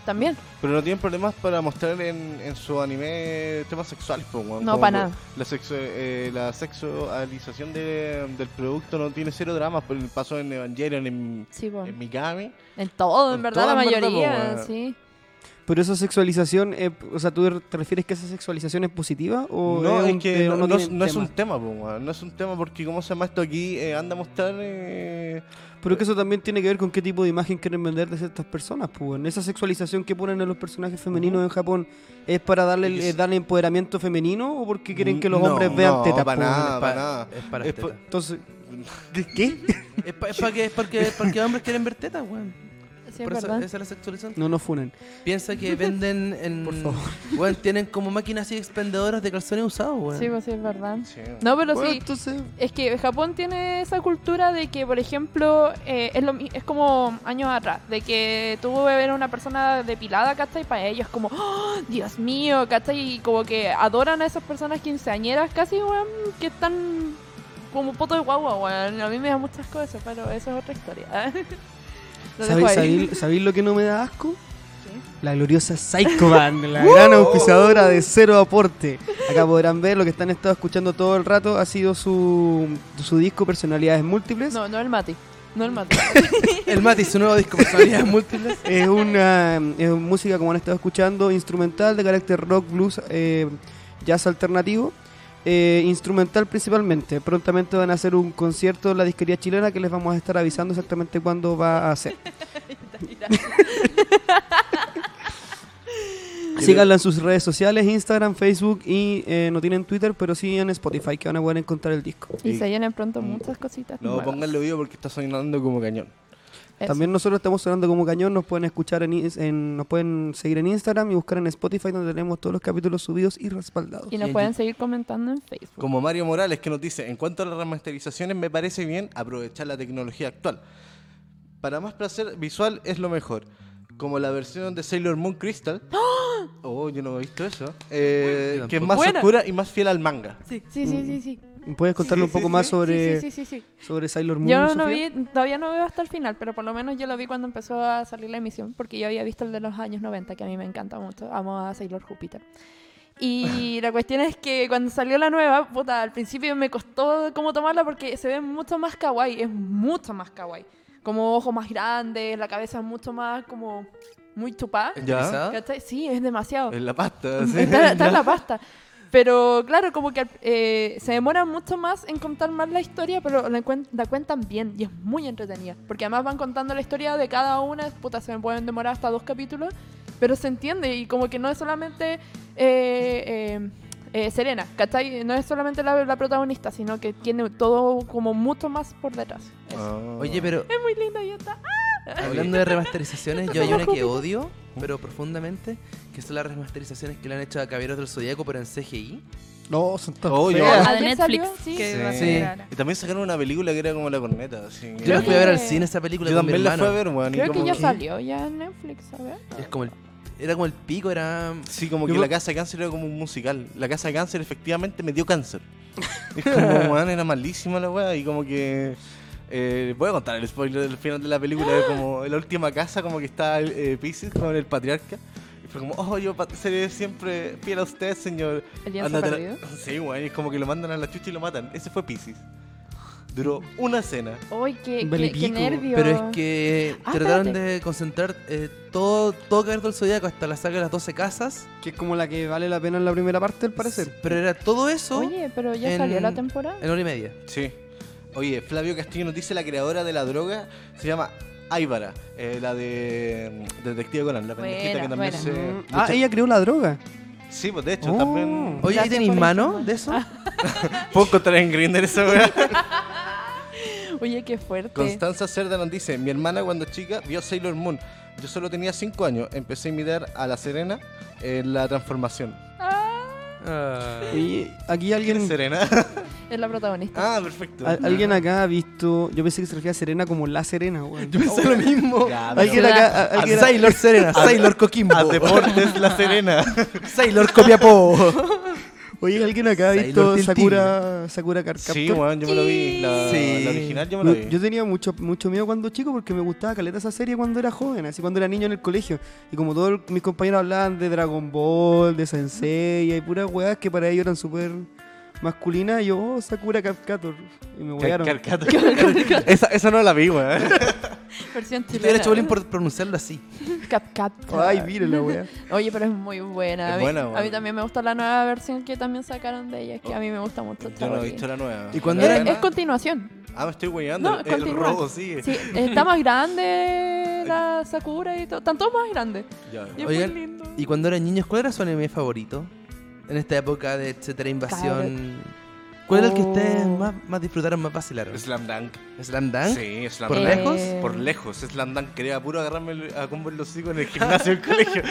Speaker 2: también.
Speaker 1: Pero no tienen problemas para mostrar en, en su anime temas sexuales, po,
Speaker 3: Oh,
Speaker 1: weón.
Speaker 2: No,
Speaker 1: Como
Speaker 2: para nada.
Speaker 1: La, sexu- eh, la sexualización de- del producto no tiene cero dramas. Por el paso en Evangelion, en,
Speaker 2: Sí, po.
Speaker 1: en Mikami.
Speaker 2: En todo, en,
Speaker 1: En
Speaker 2: verdad,
Speaker 1: todo,
Speaker 2: la
Speaker 1: en verdad, po,
Speaker 2: mayoría,
Speaker 1: wea.
Speaker 2: sí.
Speaker 4: Pero esa sexualización, eh, o sea, ¿tú te refieres que esa sexualización es positiva? O
Speaker 1: No, es
Speaker 4: un
Speaker 1: que
Speaker 4: tema-
Speaker 1: no, no es-
Speaker 4: tienen
Speaker 1: no es
Speaker 4: tema?
Speaker 1: un tema, po, weón. No es un tema porque, ¿cómo se llama esto aquí? Eh, anda a mostrar. eh,
Speaker 4: Pero que eso también tiene que ver con qué tipo de imagen quieren vender de ciertas personas, pues. weón. Esa sexualización que ponen a los personajes femeninos en Japón es para darle el-
Speaker 1: Es-
Speaker 4: eh, darle empoderamiento femenino o porque quieren que los
Speaker 1: No,
Speaker 4: hombres vean
Speaker 1: no,
Speaker 4: tetas,
Speaker 1: para
Speaker 4: pues, weón?
Speaker 1: nada.
Speaker 3: Es
Speaker 1: para
Speaker 3: pa-
Speaker 1: nada.
Speaker 3: Es para
Speaker 1: Es
Speaker 3: las
Speaker 1: pa-
Speaker 3: tetas.
Speaker 4: Entonces,
Speaker 3: Es pa- es pa que- es porque, porque hombres quieren ver tetas, weón.
Speaker 2: Sí,
Speaker 3: Por
Speaker 2: es
Speaker 3: eso,
Speaker 2: verdad.
Speaker 3: esa es la sexualización.
Speaker 4: no nos funen.
Speaker 3: Piensa que venden en.
Speaker 4: Por favor.
Speaker 3: Weón, tienen como máquinas así expendedoras de calzones usados, weón.
Speaker 2: Sí, pues, sí, es verdad.
Speaker 1: sí.
Speaker 2: No, pero
Speaker 4: Bueno,
Speaker 2: sí,
Speaker 4: entonces,
Speaker 2: Es que Japón tiene esa cultura de que, por ejemplo, eh, es, lo mi- es como años atrás, de que tú ver a una persona depilada, ¿cachai? Para ellos es como, ¡Oh, Dios mío, ¿cachai? Y como que adoran a esas personas quinceañeras casi, weón, que están como poto de guagua, weón. A mí me da muchas cosas, pero eso es otra historia. Lo dejo
Speaker 4: ¿sabéis,
Speaker 2: ahí.
Speaker 4: sabéis- sabéis lo que no me da asco? La gloriosa Psycho Band, la
Speaker 2: ¡Uh!
Speaker 4: gran auspiciadora de Cero Aporte. Acá podrán ver lo que están estado escuchando todo el rato. Ha sido su, su disco Personalidades Múltiples.
Speaker 2: No, no el Mati. No el Mati.
Speaker 3: El Mati, su nuevo disco, personalidades múltiples.
Speaker 4: es una es una música como han estado escuchando instrumental de carácter rock blues eh, jazz alternativo eh, instrumental principalmente prontamente van a hacer un concierto en la disquería chilena que les vamos a estar avisando exactamente cuándo va a ser síganla en sus redes sociales Instagram Facebook y eh, no tienen Twitter pero sí en Spotify que van a poder encontrar el disco
Speaker 2: y se llenan pronto muchas cositas.
Speaker 1: No,
Speaker 2: nuevas.
Speaker 1: pónganle oído porque está sonando como cañón.
Speaker 2: Eso.
Speaker 4: También nosotros estamos sonando como cañón, nos pueden escuchar en, ins- en- nos pueden seguir en Instagram y buscar en Spotify donde tenemos todos los capítulos subidos y respaldados.
Speaker 2: Y nos
Speaker 3: Y-
Speaker 2: pueden seguir comentando en Facebook.
Speaker 1: Como Mario Morales que nos dice, en cuanto a las remasterizaciones me parece bien aprovechar la tecnología actual. Para más placer visual es lo mejor. Como la versión de Sailor Moon Crystal.
Speaker 2: ¡Ah!
Speaker 1: Oh, yo no he visto eso. Eh,
Speaker 3: Yo
Speaker 1: que es
Speaker 3: tampoco.
Speaker 1: más
Speaker 2: Buena.
Speaker 1: oscura y más fiel al manga.
Speaker 2: Sí, sí, sí, sí. sí.
Speaker 4: ¿Puedes contarle un poco más sobre,
Speaker 2: Sí, sí, sí, sí, sí.
Speaker 4: sobre Sailor Moon?
Speaker 2: Yo no
Speaker 4: Sofía?
Speaker 2: vi, todavía no veo hasta el final, pero por lo menos yo lo vi cuando empezó a salir la emisión, porque yo había visto el de los años 90, que a mí me encanta mucho. Amo a Sailor Júpiter. Y la cuestión es que cuando salió la nueva, puta, al principio me costó cómo tomarla porque se ve mucho más kawaii, es mucho más kawaii. Como ojos más grandes, la cabeza mucho más como muy chupada.
Speaker 1: ¿Ya?
Speaker 2: ¿Cachai? Sí, es demasiado.
Speaker 1: En la pasta. sí.
Speaker 2: Está, está en la pasta. Pero claro, como que eh, se demora mucho más en contar más la historia, pero la, cuen- la cuentan bien y es muy entretenida. Porque además van contando la historia de cada una, puta, se me pueden demorar hasta dos capítulos, pero se entiende y como que no es solamente eh, eh, eh, Serena, ¿cachai? No es solamente la, la protagonista, sino que tiene todo como mucho más por detrás. Eso.
Speaker 1: Ah.
Speaker 3: Oye, pero
Speaker 2: Es muy linda y está.
Speaker 3: hablando de remasterizaciones, yo hay
Speaker 2: Somos
Speaker 3: una que
Speaker 2: Júpiter.
Speaker 3: odio, pero profundamente, que son las remasterizaciones que le han hecho a Caballeros del Zodíaco, pero en CGI.
Speaker 4: No, son todas
Speaker 1: Oh, yo-
Speaker 4: feas.
Speaker 6: La Ah, de
Speaker 2: ¿Ayer
Speaker 6: Netflix.
Speaker 2: salió? Sí.
Speaker 6: Que va a
Speaker 1: Sí.
Speaker 6: ser ahora.
Speaker 1: Y también sacaron una película que era como la corneta. así.
Speaker 3: Yo la fui a ver al
Speaker 2: que-
Speaker 3: cine esa película
Speaker 1: Yo
Speaker 3: con mi
Speaker 1: también la fui a
Speaker 3: hermano.
Speaker 1: ver, weón. y
Speaker 2: Creo que
Speaker 1: como
Speaker 2: ya salió ya en Netflix, a ver.
Speaker 3: Es como el- era como el pico, era.
Speaker 1: Sí, como
Speaker 4: Yo
Speaker 1: que
Speaker 4: creo-
Speaker 1: la casa de cáncer era como un musical. La casa de cáncer efectivamente me dio cáncer. Es como, weón, era malísima la weá. Y como que. Eh, voy a contar el spoiler del final de la película. Es como en la última casa, como que está eh, Pisces con el patriarca. Y fue como, oh, yo pa- seré siempre fiel a usted, señor.
Speaker 2: El día
Speaker 1: Ándate la-
Speaker 2: perdido.
Speaker 1: Sí, weón. Y es como que lo mandan a la chucha y lo matan. Ese fue Pisces. Duró una cena.
Speaker 2: Uy, qué, qué,
Speaker 4: Vale
Speaker 2: qué
Speaker 4: pico,
Speaker 2: nervio.
Speaker 3: Pero es que
Speaker 2: Ah,
Speaker 3: trataron
Speaker 2: espérate.
Speaker 3: de concentrar eh, todo, todo Caballeros del Zodíaco hasta la saga de las 12 casas.
Speaker 4: Que es como la que vale la pena en la primera parte, al parecer.
Speaker 3: Pero era todo eso
Speaker 2: Oye, pero ya
Speaker 3: en-
Speaker 2: salió la temporada.
Speaker 3: en hora y media.
Speaker 1: Sí. Oye, Flavio Castillo nos dice la creadora de la droga se llama Áivara, eh, la de mm, Detective Conan, la
Speaker 2: Buena,
Speaker 1: pendejita que también
Speaker 2: buena. Mm.
Speaker 1: se.
Speaker 4: Mm. Ah, ella creó la droga.
Speaker 1: Sí, pues de hecho,
Speaker 4: Ah, Oh.
Speaker 1: también.
Speaker 3: Oye, ¿y
Speaker 2: Gracias
Speaker 3: tenéis
Speaker 2: por Ah.
Speaker 3: mano
Speaker 2: informar.
Speaker 3: de eso?
Speaker 1: Puedo encontrar en Grindr esa weá.
Speaker 2: Oye, qué fuerte.
Speaker 1: Constanza Cerda nos dice: Mi hermana cuando chica vio Sailor Moon. Yo solo tenía 5 años. Empecé a imitar a la Serena en la transformación.
Speaker 4: Y aquí
Speaker 1: ¿Quién
Speaker 4: alguien.
Speaker 1: es Serena?
Speaker 2: Es la protagonista.
Speaker 1: ah, perfecto.
Speaker 4: al- alguien acá ha visto. Yo pensé que se refería a Serena como la Serena, weón. Yo pensé lo mismo.
Speaker 1: Ya, pero-
Speaker 4: Alguien acá. a-
Speaker 3: A
Speaker 4: alguien-
Speaker 3: Sailor Serena, Sailor Coquimbo,
Speaker 1: A Deportes La Serena.
Speaker 3: Sailor Copiapó.
Speaker 4: Oye, alguien acá ha
Speaker 3: Sailor
Speaker 4: visto
Speaker 3: Tiltil.
Speaker 4: Sakura, Sakura Card
Speaker 1: sí,
Speaker 4: Captor?
Speaker 1: weón, yo me lo vi. La,
Speaker 3: Sí.
Speaker 1: la original yo me
Speaker 4: Yo-
Speaker 1: la vi.
Speaker 4: Yo tenía mucho, mucho miedo cuando chico porque me gustaba caleta esa serie cuando era joven, así cuando era niño en el colegio. Y como todos mis compañeros hablaban de Dragon Ball, de Sensei y puras weas que para ellos eran súper masculinas, yo, oh, Sakura Card Captor. Y me
Speaker 1: Car-
Speaker 4: wearon.
Speaker 1: Carcato. esa, esa no la vi, weón.
Speaker 2: Versión
Speaker 3: Yo te hubiera
Speaker 2: chilena.
Speaker 3: hecho bullying por pronunciarlo así.
Speaker 2: Cap, cap, cap.
Speaker 4: Ay, mire la wea.
Speaker 2: Oye, pero es muy buena.
Speaker 1: Es
Speaker 2: A mí,
Speaker 1: buena,
Speaker 2: a mí
Speaker 1: buena.
Speaker 2: también me gusta la nueva versión que también sacaron de ella. Es que a mí me gusta
Speaker 1: Yo
Speaker 2: mucho. esta
Speaker 1: no he
Speaker 2: serie.
Speaker 1: visto la nueva.
Speaker 3: ¿Y cuando
Speaker 1: La
Speaker 2: es,
Speaker 3: era-
Speaker 1: nueva-
Speaker 2: ¿Eh? es continuación.
Speaker 1: Ah, me estoy weyando.
Speaker 2: No,
Speaker 1: el
Speaker 2: continúa.
Speaker 1: robo sigue.
Speaker 2: Sí, está más grande la Sakura y todo. Están todos más grandes.
Speaker 1: Ya.
Speaker 2: Y es
Speaker 3: Oigan,
Speaker 2: muy lindo.
Speaker 3: ¿Y cuando eran niños, cuál era su anime favorito? En esta época de etcétera invasión. ¿Cuál era el que ustedes
Speaker 2: Oh.
Speaker 3: más, más disfrutaron, más vacilaron?
Speaker 1: Slam Dunk.
Speaker 3: ¿Slam Dunk?
Speaker 1: Sí, Slam
Speaker 3: ¿Por
Speaker 1: Dunk.
Speaker 3: lejos?
Speaker 2: Eh,
Speaker 1: Por lejos, Slam Dunk quería puro agarrarme el- a combo en los hocicos en el gimnasio del colegio.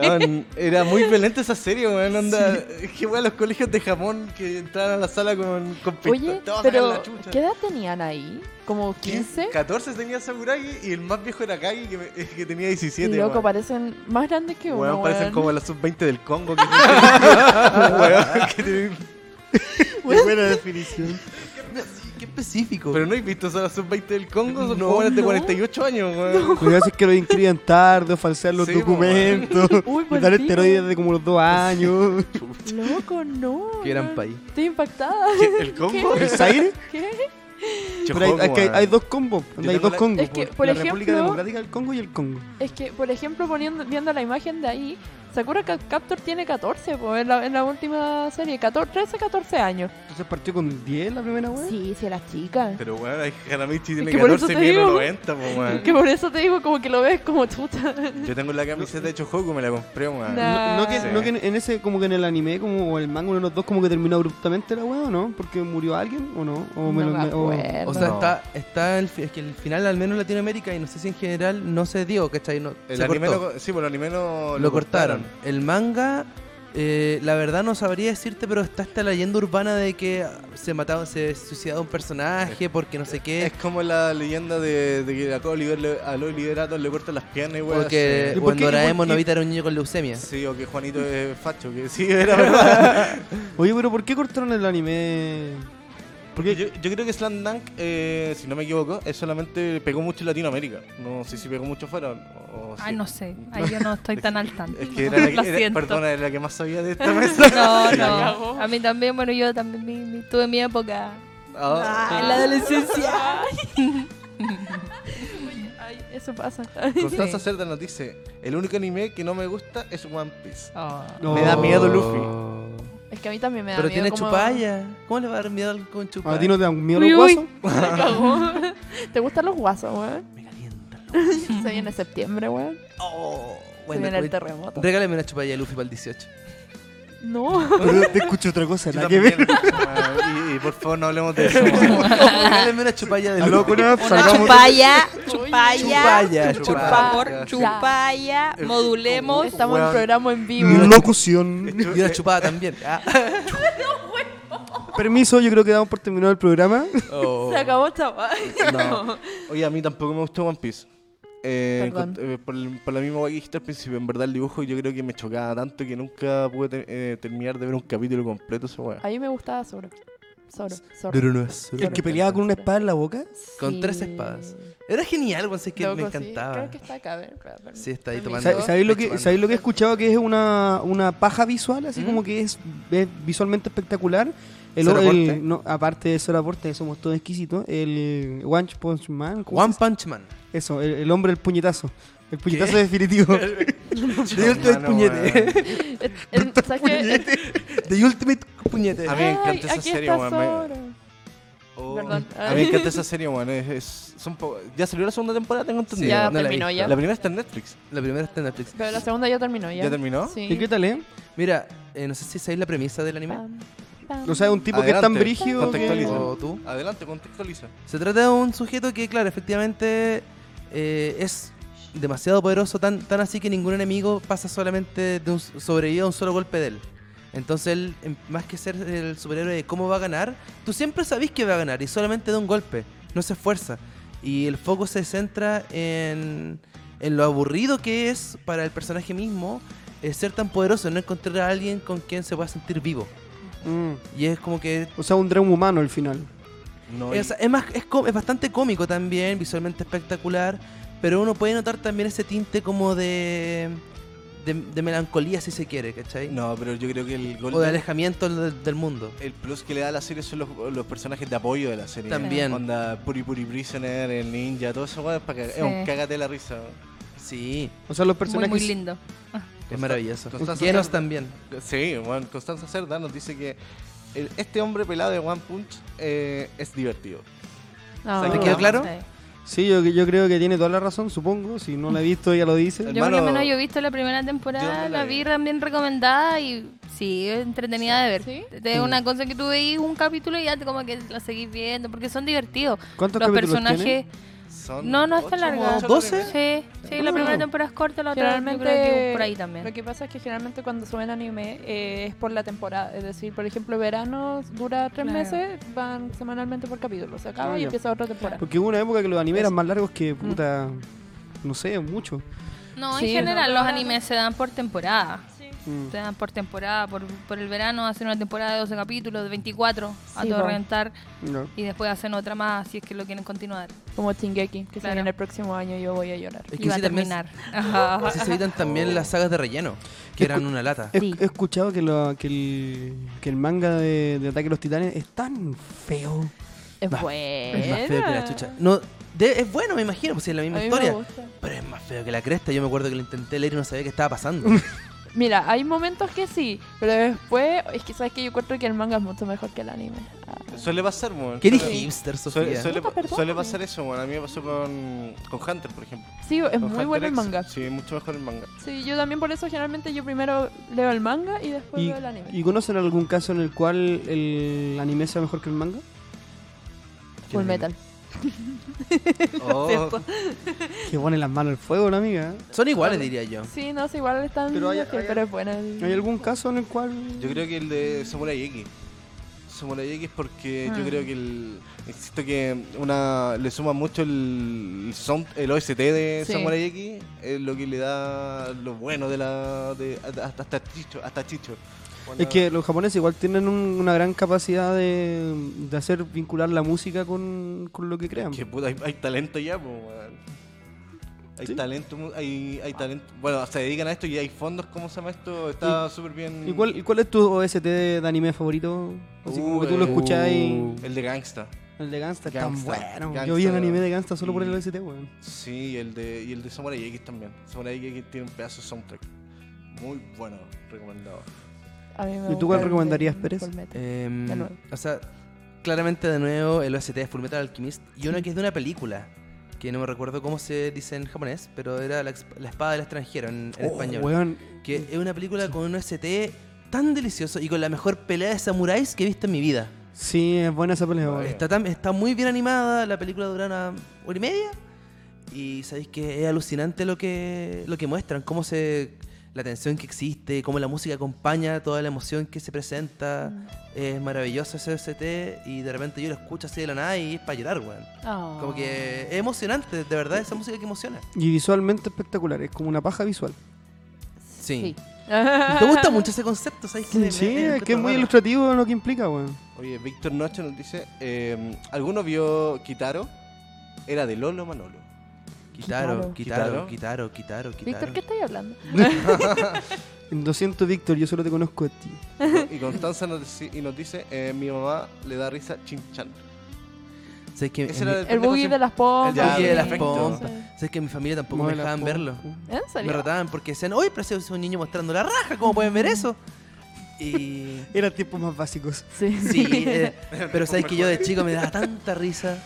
Speaker 1: Weón, era muy violenta esa serie, weón. Onda, es que weón, los colegios de jamón que entraban a la sala con, con
Speaker 2: Oye,
Speaker 1: pistolas, te vas a sacar
Speaker 2: pero
Speaker 1: la chucha.
Speaker 2: ¿qué edad tenían ahí? ¿Como 15?
Speaker 1: 14 tenía Sakuragi y el más viejo era Kagi que, me- que tenía 17.
Speaker 2: Loco,
Speaker 1: weón.
Speaker 2: parecen más grandes que uno.
Speaker 1: Weón, parecen
Speaker 2: weón.
Speaker 1: como la sub-20 del Congo. Que Weón, que tienen-
Speaker 4: Muy buena definición.
Speaker 3: Qué específico.
Speaker 1: Pero no he visto a la sub-20 del Congo, son
Speaker 3: No.
Speaker 1: jóvenes de
Speaker 2: No.
Speaker 1: 48 años, weón.
Speaker 4: Lo que hace es que lo inscriben tarde, o falsean los
Speaker 1: Sí, po,
Speaker 4: documentos,
Speaker 2: Uy,
Speaker 4: le
Speaker 2: por
Speaker 4: dan
Speaker 2: fin.
Speaker 4: esteroides de como los dos años.
Speaker 2: Loco, no.
Speaker 3: Qué gran
Speaker 2: no.
Speaker 3: país.
Speaker 2: Estoy impactada.
Speaker 1: ¿Qué? ¿El Congo?
Speaker 2: ¿Qué?
Speaker 4: ¿El Zaire?
Speaker 2: ¿Qué?
Speaker 4: Pero hay, hay que- hay dos combos,
Speaker 1: Yo
Speaker 4: hay
Speaker 1: tengo
Speaker 4: dos
Speaker 1: la-
Speaker 4: Congos.
Speaker 2: Es que,
Speaker 4: po.
Speaker 2: por
Speaker 4: la
Speaker 2: ejemplo-
Speaker 4: República Democrática del Congo y el Congo.
Speaker 2: Es que, por ejemplo, poniendo, viendo la imagen de ahí, Sakura Ca- Captor tiene 14, pues, en la, en la última serie, 14, 13, 14 años.
Speaker 4: Entonces partió con 10 la primera wea.
Speaker 2: Sí, sí, las chicas.
Speaker 1: Pero weón, hay Jaramichi tiene
Speaker 2: que por eso
Speaker 1: 14 y
Speaker 2: te
Speaker 1: tiene
Speaker 2: digo.
Speaker 1: 90, po, weón.
Speaker 2: Que por eso te digo, como que lo ves como chuta.
Speaker 1: Yo tengo la camiseta de Chojoku, me la compré, weón.
Speaker 2: Nah.
Speaker 4: No, no que,
Speaker 1: Sí.
Speaker 4: no que en- en ese, como que en el anime, como o el manga, uno de los dos como que terminó abruptamente la wea, ¿o no? Porque murió alguien, ¿o no? O Oh, me
Speaker 2: no
Speaker 4: lo-
Speaker 2: me
Speaker 4: me- o-
Speaker 2: acuerdo.
Speaker 3: O sea,
Speaker 1: No.
Speaker 3: está, está el, fi- es que el final, al menos en Latinoamérica, y no sé si en general, no se dio, ¿cachai? No,
Speaker 1: El
Speaker 3: se
Speaker 1: anime
Speaker 3: cortó.
Speaker 1: lo, sí, pues el anime lo,
Speaker 3: Lo cortaron. El manga, eh, la verdad no sabría decirte, pero está esta leyenda urbana de que se mataba, se suicidaba un personaje porque no sé qué.
Speaker 1: Es como la leyenda de, de que a Oliver le, a Oliver Atom le cortan las piernas y weón.
Speaker 3: Porque
Speaker 4: ¿Y por qué-
Speaker 3: cuando
Speaker 4: y por
Speaker 3: Doraemon
Speaker 4: qué?
Speaker 3: Novita era un niño con leucemia.
Speaker 1: Sí, o que Juanito es facho, que sí, era verdad.
Speaker 4: Oye, pero ¿por qué cortaron el anime?
Speaker 1: Porque yo, yo creo que Slam Dunk, eh, si no me equivoco, es solamente pegó mucho en Latinoamérica. No sé si pegó mucho fuera. O, o
Speaker 6: Ay,
Speaker 1: sí.
Speaker 6: Ah, no sé. Ay, yo no estoy tan al tanto.
Speaker 1: Es que era la,
Speaker 6: Lo
Speaker 1: que- era-
Speaker 6: siento.
Speaker 1: perdona, era la que más sabía de esta mesa.
Speaker 2: La
Speaker 6: No, no.
Speaker 2: cagó.
Speaker 6: A mí también, bueno, yo también mi- mi- tuve mi época.
Speaker 1: Ah,
Speaker 6: En la adolescencia.
Speaker 2: Ay, eso pasa.
Speaker 1: Constanza
Speaker 6: Sí.
Speaker 1: Cerda nos dice: El único anime que no me gusta es One Piece.
Speaker 2: Ah.
Speaker 6: Oh.
Speaker 4: Ah,
Speaker 1: Me da miedo Luffy.
Speaker 2: Es que a mí también me da
Speaker 3: Pero
Speaker 2: miedo.
Speaker 3: tiene
Speaker 2: como-
Speaker 3: chupalla. ¿Cómo le va a dar miedo al- con chupalla?
Speaker 4: Ah, ¿A ti no te dan miedo
Speaker 2: Uy,
Speaker 4: los
Speaker 2: uy.
Speaker 4: guasos?
Speaker 2: Me cagó. ¿Te gustan los guasos, weón?
Speaker 3: Me calienta.
Speaker 2: Se viene septiembre, weón.
Speaker 3: Oh,
Speaker 2: Se
Speaker 3: bueno,
Speaker 2: viene el
Speaker 3: bueno,
Speaker 2: terremoto.
Speaker 3: regálame una chupalla de Luffy para el 18.
Speaker 2: No.
Speaker 4: Pero te escucho otra cosa,
Speaker 1: Yo
Speaker 4: nada que ver.
Speaker 1: también, weón, y, y por favor no hablemos de eso. weón.
Speaker 3: regálame una chupalla de
Speaker 4: Loco,
Speaker 3: Luffy.
Speaker 4: una
Speaker 5: Una
Speaker 4: salgamos.
Speaker 5: chupalla, chupalla.
Speaker 3: Chupalla,
Speaker 1: Chupalla.
Speaker 5: Por
Speaker 3: chupalla.
Speaker 5: favor, chupalla, modulemos.
Speaker 2: Estamos en
Speaker 1: Weón.
Speaker 2: un programa en vivo.
Speaker 4: Locución.
Speaker 3: Y una chupada también. Ah.
Speaker 4: Permiso, yo creo que damos por terminado el programa.
Speaker 3: Oh.
Speaker 2: Se acabó, chaval.
Speaker 1: No. Oye, a mí tampoco me gustó One Piece. Eh,
Speaker 2: Perdón.
Speaker 1: encont- eh, por, el- por la misma guay que dijiste al principio, en verdad el dibujo yo creo que me chocaba tanto que nunca pude ter- eh, terminar de ver un capítulo completo esa weá.
Speaker 2: A mí me gustaba Zoro. Zoro. Zoro.
Speaker 3: Pero no es
Speaker 4: El que peleaba con una espada en la boca.
Speaker 3: Con tres espadas. Era genial, weón, si es que me
Speaker 2: Loco, sí.
Speaker 3: encantaba.
Speaker 2: Creo que está acá, a ver. espera, espera.
Speaker 3: Sí, está ahí
Speaker 2: Permiso.
Speaker 3: tomando.
Speaker 4: Sa- ¿Sabéis lo,
Speaker 3: Chupando.
Speaker 4: que, ¿Sabéis lo que he escuchado? Que es una, una paja visual, así
Speaker 3: Mm.
Speaker 4: como que es, es visualmente espectacular. El,
Speaker 3: Cero
Speaker 4: el-
Speaker 3: aporte.
Speaker 4: no, aparte de ser aporte, somos todos exquisitos. El One Punch Man. ¿cómo
Speaker 3: One
Speaker 4: se
Speaker 3: Punch Man.
Speaker 2: Eh,
Speaker 4: dice? Eso, el, el hombre del puñetazo. El puñetazo definitivo.
Speaker 3: The Ultimate
Speaker 1: Mano,
Speaker 3: Puñete.
Speaker 2: Eh, eh, ¿sabes qué? eh.
Speaker 3: The Ultimate Puñete. Ah,
Speaker 1: A mí me encanta
Speaker 2: Ay,
Speaker 1: esa
Speaker 2: aquí
Speaker 1: serie,
Speaker 2: está
Speaker 1: weón. me-
Speaker 2: Zoro.
Speaker 1: Oh,
Speaker 2: Perdón.
Speaker 1: A mí me encanta esa serie, weón. Es, es- son po- ya salió la segunda temporada, tengo entendido.
Speaker 2: ya
Speaker 3: no la he
Speaker 2: terminó
Speaker 3: visto.
Speaker 2: ya.
Speaker 1: La primera está en Netflix.
Speaker 3: La primera está en Netflix.
Speaker 2: Pero la segunda ya terminó ya.
Speaker 1: ¿Ya terminó?
Speaker 2: Sí.
Speaker 4: ¿Y qué tal, eh?
Speaker 3: Mira, eh, no sé si sabéis la premisa del anime.
Speaker 2: Pam, pam.
Speaker 4: O sea, es un tipo que es tan
Speaker 1: Adelante.
Speaker 4: brígido.
Speaker 2: Ah.
Speaker 4: que-
Speaker 1: Contextualiza.
Speaker 3: ¿O tú?
Speaker 1: Adelante, contextualiza.
Speaker 3: Se trata de un sujeto que, claro, efectivamente eh, es demasiado poderoso, tan, tan así que ningún enemigo pasa solamente de un, sobrevive a un solo golpe de él. Entonces él, en- más que ser el superhéroe de cómo va a ganar, tú siempre sabés que va a ganar y solamente de un golpe, no se esfuerza. Y el foco se centra en, en lo aburrido que es para el personaje mismo eh, ser tan poderoso, no encontrar a alguien con quien se pueda sentir vivo.
Speaker 4: Mm.
Speaker 3: Y es como que
Speaker 4: O sea, un drama humano al final.
Speaker 1: No,
Speaker 3: es, es más, es, co- es bastante cómico también, visualmente espectacular, pero uno puede notar también ese tinte como de, de, de melancolía, si se quiere,
Speaker 1: y-
Speaker 3: ¿cachai?
Speaker 1: no, pero yo creo que el
Speaker 3: O de
Speaker 1: Golden,
Speaker 3: alejamiento del, del mundo.
Speaker 1: el plus que le da a la serie son los, los personajes de apoyo de la serie.
Speaker 3: También.
Speaker 1: Onda Puri Puri Prisoner, el ninja, todo eso, weón, es para que
Speaker 6: Sí.
Speaker 1: es un cágate la risa. weón.
Speaker 3: Sí,
Speaker 4: O sea, los
Speaker 6: Muy,
Speaker 4: personajes.
Speaker 6: muy lindo.
Speaker 3: es maravilloso.
Speaker 1: Constanza
Speaker 3: Llenos
Speaker 1: Cerda.
Speaker 3: también.
Speaker 1: Sí, weón, Constanza Cerda nos dice que el- este hombre pelado de One Punch eh, es divertido.
Speaker 2: Ah,
Speaker 1: ¿Te quedó
Speaker 3: claro?
Speaker 6: Sí.
Speaker 4: Sí, yo, yo creo que tiene toda la razón, supongo. Si no la he visto, ella lo dice.
Speaker 1: El-
Speaker 6: Yo por lo
Speaker 1: Hermano,
Speaker 6: menos yo he visto la primera
Speaker 1: yo no la
Speaker 6: temporada, la
Speaker 1: vi.
Speaker 6: vi también recomendada y sí, es entretenida de ver.
Speaker 2: ¿Sí?
Speaker 6: Es una cosa que tú veís un capítulo y ya te como que la seguís viendo, porque son divertidos.
Speaker 4: ¿Cuántos
Speaker 6: Los
Speaker 4: capítulos
Speaker 6: personajes...
Speaker 4: tiene?
Speaker 1: Son
Speaker 6: No, no es tan
Speaker 1: ocho,
Speaker 6: larga.
Speaker 1: ocho
Speaker 3: ¿Doce?
Speaker 1: capítulos.
Speaker 6: Sí, sí, la
Speaker 4: Ah.
Speaker 6: primera temporada es corta, la otra yo creo
Speaker 2: Generalmente,
Speaker 6: que por ahí
Speaker 2: Lo
Speaker 6: también.
Speaker 2: que pasa es que generalmente cuando suben anime eh, es por la temporada. Es decir, por ejemplo, verano dura tres
Speaker 6: Claro.
Speaker 2: meses, van semanalmente por capítulo. Se acaba
Speaker 4: Ah,
Speaker 2: y
Speaker 4: ya.
Speaker 2: empieza otra temporada.
Speaker 4: Porque hubo una época que los animes
Speaker 2: Eso.
Speaker 4: eran más largos que puta.
Speaker 2: Mm.
Speaker 4: No sé, mucho.
Speaker 6: No,
Speaker 2: Sí,
Speaker 6: en general
Speaker 2: no,
Speaker 6: los
Speaker 2: pero-
Speaker 6: animes se dan por temporada.
Speaker 4: Mm.
Speaker 6: Se dan por temporada, por, por el verano hacen una temporada de 12 capítulos, de 24 a
Speaker 2: Sí,
Speaker 6: todo
Speaker 2: po.
Speaker 6: reventar
Speaker 4: No.
Speaker 6: y después hacen otra más si es que lo quieren continuar.
Speaker 2: Como Shingeki, que
Speaker 6: Claro.
Speaker 2: si en el próximo año yo voy a llorar.
Speaker 3: Es
Speaker 6: y
Speaker 3: que
Speaker 6: va a
Speaker 3: sí, también
Speaker 6: terminar. Ajá,
Speaker 2: Ah.
Speaker 6: ajá.
Speaker 3: así se evitan también las sagas de relleno, que
Speaker 4: Es cu-
Speaker 3: eran una lata.
Speaker 4: He,
Speaker 6: Sí.
Speaker 4: he escuchado que, la- que, el, que el manga de, de Ataque a los Titanes es tan feo.
Speaker 2: Es
Speaker 3: Más-
Speaker 2: buena.
Speaker 3: Es más feo que la chucha. No, de- es bueno, me imagino, pues si es la
Speaker 2: A
Speaker 3: misma
Speaker 2: mí me
Speaker 3: historia.
Speaker 2: gusta.
Speaker 3: Pero es más feo que la cresta. Yo me acuerdo que lo intenté leer y no sabía qué estaba pasando.
Speaker 2: Mira, hay momentos que sí, pero después es que sabes que yo encuentro que el manga es mucho mejor que el anime. Ah.
Speaker 1: Suele pasar, weón.
Speaker 3: ¿Qué
Speaker 1: Suele-
Speaker 3: dije hipster,
Speaker 1: Suele,
Speaker 3: Sofía?
Speaker 1: suele-
Speaker 2: Puta, perdóname.
Speaker 1: suele pasar eso, weón. A mí me pasó con, con Hunter, por ejemplo.
Speaker 2: Sí, es
Speaker 1: Con
Speaker 2: muy
Speaker 1: Hunter
Speaker 2: bueno el
Speaker 1: X.
Speaker 2: manga.
Speaker 1: Sí, mucho mejor el manga.
Speaker 2: Sí, yo también por eso generalmente yo primero leo el manga y después
Speaker 4: ¿Y,
Speaker 2: veo el anime.
Speaker 4: y conocen algún caso en el cual el anime sea mejor que el manga?
Speaker 2: Full metal.
Speaker 3: Oh.
Speaker 2: Cierto.
Speaker 4: Que pone las manos al fuego, ¿no, amiga?
Speaker 3: Son iguales, diría yo.
Speaker 2: Sí, no sé, igual están
Speaker 4: Pero hay-
Speaker 2: ok,
Speaker 4: hay-
Speaker 2: pero es buena.
Speaker 4: ¿Hay algún caso en el cual.?
Speaker 1: Yo creo que el de Samurai X. Samurai X porque yo
Speaker 2: Mm.
Speaker 1: creo que el. Insisto que una le suma mucho el, sound, el OST de
Speaker 2: Sí.
Speaker 1: Samurai X, es lo que le da lo bueno de la. de- hasta, hasta Chicho. Hasta Chicho.
Speaker 4: Es que los japoneses igual tienen un- una gran capacidad de, de hacer vincular la música con, con lo que crean.
Speaker 1: Que puta, hay, hay talento ya, po, weón. Hay
Speaker 4: Sí.
Speaker 1: talento, mu- hay, hay talento. Bueno, se dedican a esto y hay fondos, ¿cómo se llama esto? Está súper bien.
Speaker 4: Mm. ¿Y cuál, y cuál es tu OST de, de anime favorito? Así como
Speaker 1: Uh,
Speaker 4: que tú lo
Speaker 1: eh,
Speaker 4: escuchás y...
Speaker 3: uh.
Speaker 1: El de Gangsta.
Speaker 4: El de Gangsta, tan
Speaker 1: Gangsta,
Speaker 4: bueno.
Speaker 1: Gangsta,
Speaker 4: Yo vi el anime
Speaker 1: weón.
Speaker 4: de Gangsta solo por el
Speaker 1: Y-
Speaker 4: OST, weón.
Speaker 1: Sí, y el de, y el de Samurai X también. Samurai X tiene un pedazo de soundtrack. Muy bueno, recomendado.
Speaker 4: ¿Y tú cuál recomendarías, Pérez?
Speaker 3: Em,
Speaker 2: De nuevo.
Speaker 3: o sea, claramente de nuevo el OST de Fullmetal Alchemist y uno que es de una película que no me recuerdo cómo se dice en japonés, pero era la, exp- la espada del extranjero en, en
Speaker 4: Oh,
Speaker 3: español.
Speaker 4: weón.
Speaker 3: Que es una película con un OST tan delicioso y con la mejor pelea de samuráis que he visto en mi vida.
Speaker 4: Sí, es buena esa pelea, weón.
Speaker 1: Bien.
Speaker 3: Está, tan- está muy bien animada, la película dura una hora y media. Y sabéis que es alucinante lo que, lo que muestran, cómo se. la tensión que existe, cómo la música acompaña toda la emoción que se presenta.
Speaker 4: Mm.
Speaker 3: Es maravilloso ese OST y de repente yo lo escucho así de la nada y es para llorar, weón. Como que es emocionante, de verdad, esa música que emociona.
Speaker 4: Y visualmente espectacular, es como una paja visual.
Speaker 3: Sí. Me gusta mucho ese concepto, ¿sabes?
Speaker 4: Sí, es que es muy ilustrativo lo que implica, weón.
Speaker 1: Oye, Víctor Noche nos dice: eh, ¿Alguno vio Kitaro? Era de Lolo Manolo.
Speaker 3: Quitaron,
Speaker 2: Quitaro.
Speaker 3: quitaron, quitaron, quitaron,
Speaker 2: Víctor,
Speaker 3: quitaron.
Speaker 2: ¿qué estáis hablando?
Speaker 4: Lo siento, Víctor, yo solo te conozco a ti.
Speaker 3: Pues
Speaker 1: Y Constanza nos, dice- y nos dice: eh, Mi mamá le da risa Chin-chan.
Speaker 3: ¿Sabes que
Speaker 1: Ese
Speaker 3: en
Speaker 1: era
Speaker 3: mi-
Speaker 1: el
Speaker 2: El
Speaker 1: pendejo
Speaker 2: boogie
Speaker 1: sin-
Speaker 2: de las pompas.
Speaker 1: El boogie de las
Speaker 2: sí.
Speaker 1: pompas.
Speaker 2: Sí.
Speaker 3: ¿Sabes que en mi familia tampoco me
Speaker 4: Mueve la
Speaker 3: dejaban
Speaker 4: pompa.
Speaker 3: verlo?
Speaker 2: ¿En
Speaker 3: Me
Speaker 2: serio?
Speaker 3: retaban porque decían, oye, pero si es un niño mostrando la raja, ¿cómo pueden ver eso? Y.
Speaker 4: Eran tiempos más básicos.
Speaker 2: Sí.
Speaker 3: Sí, eh, pero sabes que yo de chico me daba tanta risa.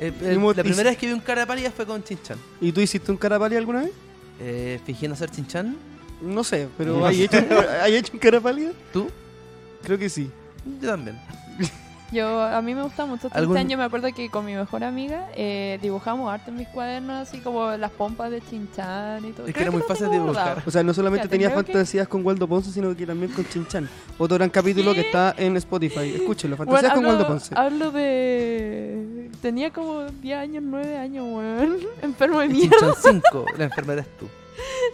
Speaker 3: Eh, eh,
Speaker 4: Como
Speaker 3: la
Speaker 4: tis-
Speaker 3: primera vez que vi un cara pálida fue con Chinchan.
Speaker 4: ¿Y tú hiciste un carapali alguna vez?
Speaker 3: Eh, fingiendo ser Chinchan,
Speaker 4: No sé, pero
Speaker 3: No
Speaker 4: ¿hay,
Speaker 3: sé.
Speaker 4: Hecho, ¿hay hecho un carapali?
Speaker 3: tú,
Speaker 4: Creo que sí.
Speaker 3: yo también.
Speaker 2: Yo, a mí me gusta mucho Tintan.
Speaker 3: ¿Algún-
Speaker 2: Yo me acuerdo que con mi mejor amiga eh, dibujamos arte en mis cuadernos, así como las pompas de Chinchan y todo.
Speaker 3: Es que
Speaker 2: Creo
Speaker 3: era muy
Speaker 2: lo
Speaker 3: fácil
Speaker 2: tengo
Speaker 3: de
Speaker 2: guardado.
Speaker 3: dibujar.
Speaker 4: O sea, no solamente
Speaker 2: Ya, te
Speaker 4: tenía
Speaker 2: creo que-
Speaker 4: fantasías con Waldo Ponce, sino que también con Chinchan. Otro gran capítulo que está en Spotify. Escúchenlo,
Speaker 2: Bueno,
Speaker 4: fantasías
Speaker 2: hablo,
Speaker 4: con Waldo Ponce.
Speaker 2: hablo de. Tenía como 10 años, 9 años, weón. Enfermo de mierda.
Speaker 3: Chinchan 5, la enfermera es tú.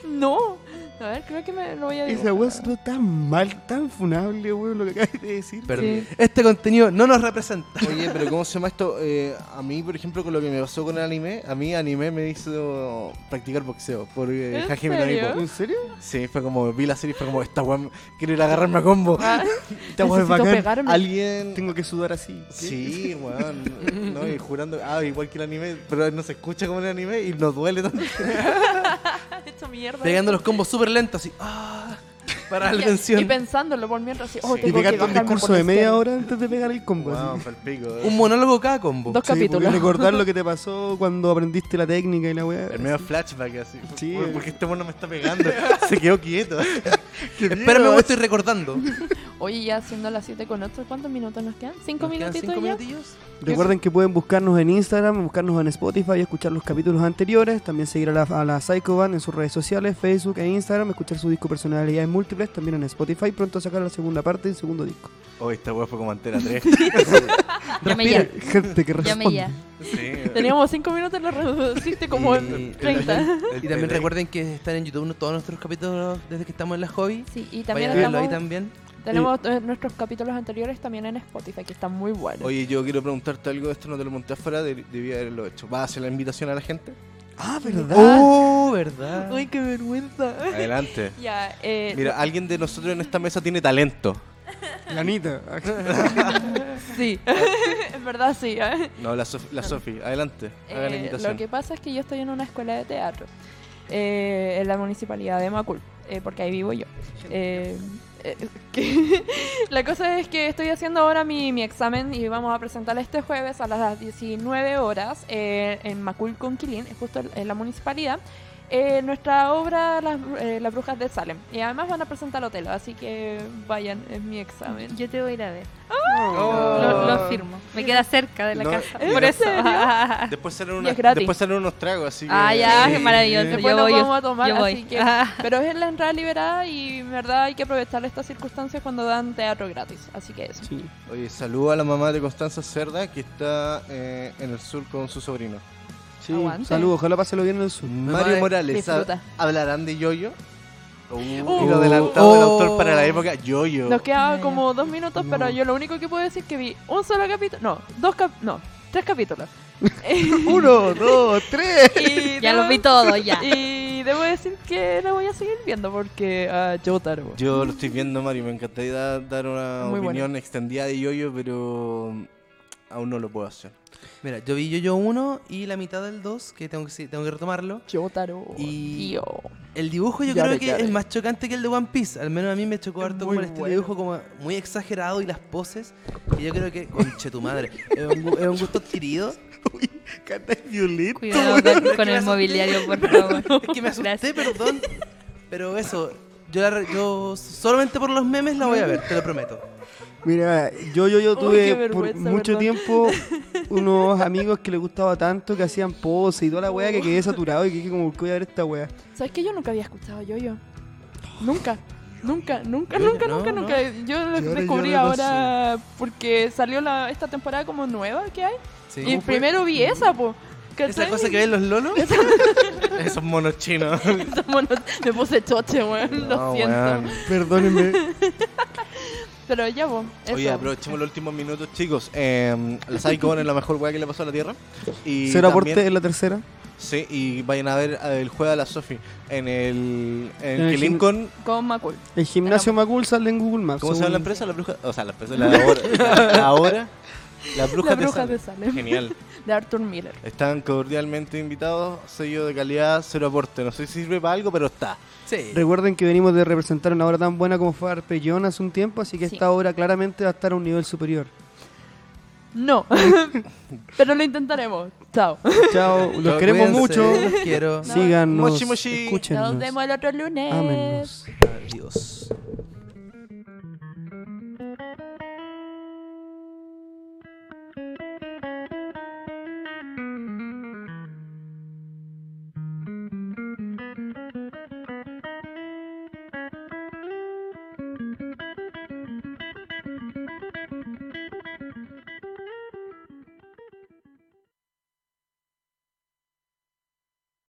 Speaker 2: No. A ver, creo que me lo voy a
Speaker 4: Esa
Speaker 2: dibujar.
Speaker 4: weá sonó tan mal, tan funable, weón, lo que acabas de decir.
Speaker 3: Perdón.
Speaker 2: Sí.
Speaker 3: Este contenido no nos representa.
Speaker 1: Oye, pero ¿cómo se llama esto? Eh, a mí, por ejemplo, con lo que me pasó con el anime, a mí anime me hizo practicar boxeo por eh,
Speaker 2: ¿En
Speaker 1: Hajime no Ippo.
Speaker 2: serio?
Speaker 4: ¿En serio?
Speaker 1: Sí, fue como, vi la serie y fue como, esta weá, quiero ir a agarrarme a combo.
Speaker 2: Ah,
Speaker 3: Este
Speaker 1: Esta weá es
Speaker 2: necesito
Speaker 1: bacán.
Speaker 2: pegarme.
Speaker 1: Alguien...
Speaker 4: Tengo que sudar así. ¿Qué?
Speaker 1: Sí, weón. No, y jurando, ah, igual que el anime, pero no se escucha como el anime y nos duele tanto.
Speaker 2: Ah, Esta mierda.
Speaker 3: Pegando los combos súper lentos, así. ¡Ah! Para la
Speaker 2: Y-
Speaker 3: tensión.
Speaker 2: Y pensándolo por mientras así. Oh,
Speaker 1: Sí.
Speaker 4: Y
Speaker 2: tengo que
Speaker 4: pegarte un
Speaker 2: bajarme
Speaker 4: discurso
Speaker 2: por la
Speaker 4: de media
Speaker 2: izquierda.
Speaker 4: hora antes de pegar el combo. así.
Speaker 1: Wow, palpico.
Speaker 3: Un monólogo cada combo.
Speaker 2: Dos
Speaker 4: Sí, porque
Speaker 2: capítulos.
Speaker 4: recordar lo que te pasó cuando aprendiste la técnica y la weá.
Speaker 1: El medio flashback así.
Speaker 4: Sí.
Speaker 1: Weón, ¿Por qué este mono me está pegando? Se quedó quieto.
Speaker 3: Espérame, me estoy recordando.
Speaker 2: Oye, ya siendo las 7 con 8, ¿cuántos minutos nos quedan? ¿Cinco
Speaker 3: Nos quedan
Speaker 2: minutitos
Speaker 3: cinco
Speaker 2: ya?
Speaker 3: minutillos.
Speaker 4: Recuerden que pueden buscarnos en Instagram, buscarnos en Spotify y escuchar los capítulos anteriores. También seguir a la, a la Psycho Band en sus redes sociales, Facebook e Instagram. Escuchar su disco Personalidades Múltiples también en Spotify. Pronto sacar la segunda parte y segundo disco.
Speaker 1: Oh, esta weá fue como antena 3.
Speaker 6: Llame
Speaker 4: Mira,
Speaker 6: ya.
Speaker 4: gente que
Speaker 6: Llame ya.
Speaker 4: responde.
Speaker 1: Sí.
Speaker 2: Teníamos 5 minutos, lo reduciste como
Speaker 3: Y-
Speaker 2: en 30.
Speaker 3: Y también recuerden que están en YouTube todos nuestros capítulos desde que estamos en la hobby.
Speaker 2: Sí, y
Speaker 3: Vayan
Speaker 2: también
Speaker 3: a verlo ahí
Speaker 2: estamos-
Speaker 3: también.
Speaker 2: tenemos eh, nuestros capítulos anteriores también en Spotify, que están muy buenos.
Speaker 1: Oye, yo quiero preguntarte algo, esto no te lo monté afuera, de- debía haberlo hecho. ¿Vas a hacer la invitación a la gente?
Speaker 4: Ah, ¿verdad?
Speaker 3: ¡Oh, verdad!
Speaker 2: Ay, qué vergüenza.
Speaker 1: Adelante.
Speaker 2: ya, eh,
Speaker 1: Mira, alguien de nosotros en esta mesa tiene talento.
Speaker 4: Lanita.
Speaker 2: sí. en verdad sí. ¿eh?
Speaker 1: No, la, Sof- la Sofi, adelante. Haga la
Speaker 2: Eh,
Speaker 1: invitación.
Speaker 2: lo que pasa es que yo estoy en una escuela de teatro eh, en la municipalidad de Macul, eh, porque ahí vivo yo. Eh, eh, que- la cosa es que estoy haciendo ahora mi, mi examen y vamos a presentar este jueves a las 19 horas eh, en Macul con Quilín, justo en la municipalidad. eh, nuestra obra Las, eh, Las Brujas de Salem y además van a presentar Otelo así que vayan es mi examen
Speaker 6: Yo te voy a ir a ver.
Speaker 1: Oh.
Speaker 6: Lo, lo firmo. Me queda cerca de la
Speaker 1: No,
Speaker 6: casa.
Speaker 1: ¿en
Speaker 6: Por eso.
Speaker 1: Después salen,
Speaker 2: es
Speaker 1: unas-
Speaker 2: gratis.
Speaker 1: después salen unos tragos, así que-
Speaker 6: Ah, ya,
Speaker 1: Sí.
Speaker 6: qué maravilloso.
Speaker 2: Después
Speaker 6: yo
Speaker 2: nos
Speaker 6: voy.
Speaker 2: vamos a tomar,
Speaker 6: yo voy.
Speaker 2: así que-
Speaker 6: Ah.
Speaker 2: Pero es la entrada liberada y en verdad hay que aprovechar estas circunstancias cuando dan teatro gratis. Así que eso.
Speaker 4: Sí.
Speaker 1: Oye, saludo a la mamá de Constanza Cerda que está eh, en el sur con su sobrino.
Speaker 4: sí.
Speaker 2: Aguante.
Speaker 4: Saludos, ojalá pásenlo bien en el sur.
Speaker 1: Mario
Speaker 3: de-
Speaker 1: Morales, ¿hab-
Speaker 2: Disfruta.
Speaker 1: ¿hablarán de Yoyo? Uh,
Speaker 2: Uh.
Speaker 1: y lo adelantado del
Speaker 3: Oh.
Speaker 1: autor para la época, Yoyo.
Speaker 2: Nos queda
Speaker 6: ya.
Speaker 2: como dos minutos, pero yo lo único que puedo decir es que vi un solo capítulo. No, dos cap no, tres capítulos.
Speaker 4: Uno, dos, tres.
Speaker 2: Y
Speaker 6: Ya
Speaker 2: debo-
Speaker 6: lo vi todo, ya.
Speaker 2: Y debo decir que lo voy a seguir viendo porque ah, yo tardo.
Speaker 1: Yo lo estoy viendo, Mario. Me encantaría da- dar una
Speaker 2: Muy bueno.
Speaker 1: opinión extendida de Yoyo, pero mm, aún no lo puedo hacer.
Speaker 3: Mira, yo vi Yo-Yo 1 y la mitad del 2, que tengo que, sí, tengo que retomarlo.
Speaker 2: Yo tardo.
Speaker 3: Y-
Speaker 2: Yo.
Speaker 3: El dibujo yo
Speaker 2: Llore,
Speaker 3: creo que
Speaker 2: llore.
Speaker 3: es más chocante que el de One Piece. Al menos a mí me chocó harto como
Speaker 4: muy
Speaker 3: el estilo de
Speaker 4: bueno.
Speaker 3: dibujo como muy exagerado y las poses. Y yo creo que, conche tu madre, es un, gu- es un gusto adquirido.
Speaker 4: Canta el violín.
Speaker 6: Cuidado con, con el mobiliario, por favor.
Speaker 3: Es que me asusté,
Speaker 6: Gracias.
Speaker 3: perdón. Pero eso, yo, la re- yo solamente por los memes la voy a ver, te lo prometo.
Speaker 4: Mira, yo, yo, yo
Speaker 2: Uy,
Speaker 4: tuve
Speaker 2: qué
Speaker 4: por
Speaker 2: vergüenza, perdón.
Speaker 4: mucho tiempo unos amigos que les gustaba tanto que hacían pose y toda la weá que
Speaker 2: Oh.
Speaker 4: quedé saturado y que dije como, ¿qué voy a ver esta weá?
Speaker 2: ¿Sabes que yo nunca había escuchado yo yo? Nunca. Nunca, nunca, nunca,
Speaker 3: no,
Speaker 2: nunca,
Speaker 3: no.
Speaker 2: nunca. Yo lo
Speaker 1: Llore, llore,
Speaker 2: descubrí
Speaker 1: no
Speaker 2: ahora porque salió la, esta temporada como nueva que hay.
Speaker 3: Sí.
Speaker 2: Y primero vi esa, po.
Speaker 3: Esa
Speaker 2: ¿Cachai?
Speaker 3: cosa que ven los lolos.
Speaker 1: Esos monos chinos.
Speaker 2: Esa mono- Me puse choche, weón.
Speaker 1: No,
Speaker 2: lo siento.
Speaker 1: weón.
Speaker 4: Perdónenme.
Speaker 2: Pero ya, po. Eso.
Speaker 1: Oye, aprovechemos los últimos minutos, chicos. Eh, la Psycho One es la mejor weá que le pasó a la Tierra. Y
Speaker 4: Cero
Speaker 1: también-
Speaker 4: aporte en la tercera.
Speaker 1: Sí, y vayan a ver eh, el juego de la Sofi en el. En
Speaker 4: En el
Speaker 1: que
Speaker 4: gim-
Speaker 1: Lincoln.
Speaker 2: Con Macul.
Speaker 4: El gimnasio Macul sale en Google Maps.
Speaker 1: ¿Cómo se llama la
Speaker 4: según-
Speaker 1: empresa? La bruja. O sea, la empresa. La hora. La hora. Las
Speaker 2: La
Speaker 1: brujas de
Speaker 2: bruja de
Speaker 1: Salem.
Speaker 2: Salem,
Speaker 1: Genial.
Speaker 2: de Arthur Miller.
Speaker 1: Están cordialmente invitados. Sello de calidad, cero aporte. No sé si sirve para algo, pero está.
Speaker 3: Sí.
Speaker 4: Recuerden que venimos de representar una obra tan buena como fue Arpellón hace un tiempo, así que
Speaker 2: Sí.
Speaker 4: esta obra claramente va a estar a un nivel superior.
Speaker 2: No, pero lo intentaremos. Chao.
Speaker 4: Chao, los
Speaker 3: Lo-
Speaker 4: queremos
Speaker 3: cuídense,
Speaker 4: mucho.
Speaker 3: Los quiero.
Speaker 4: Síganos,
Speaker 1: Mochi, mochi.
Speaker 4: escúchenos,
Speaker 2: Nos vemos el otro lunes.
Speaker 4: ámennos.
Speaker 3: Adiós.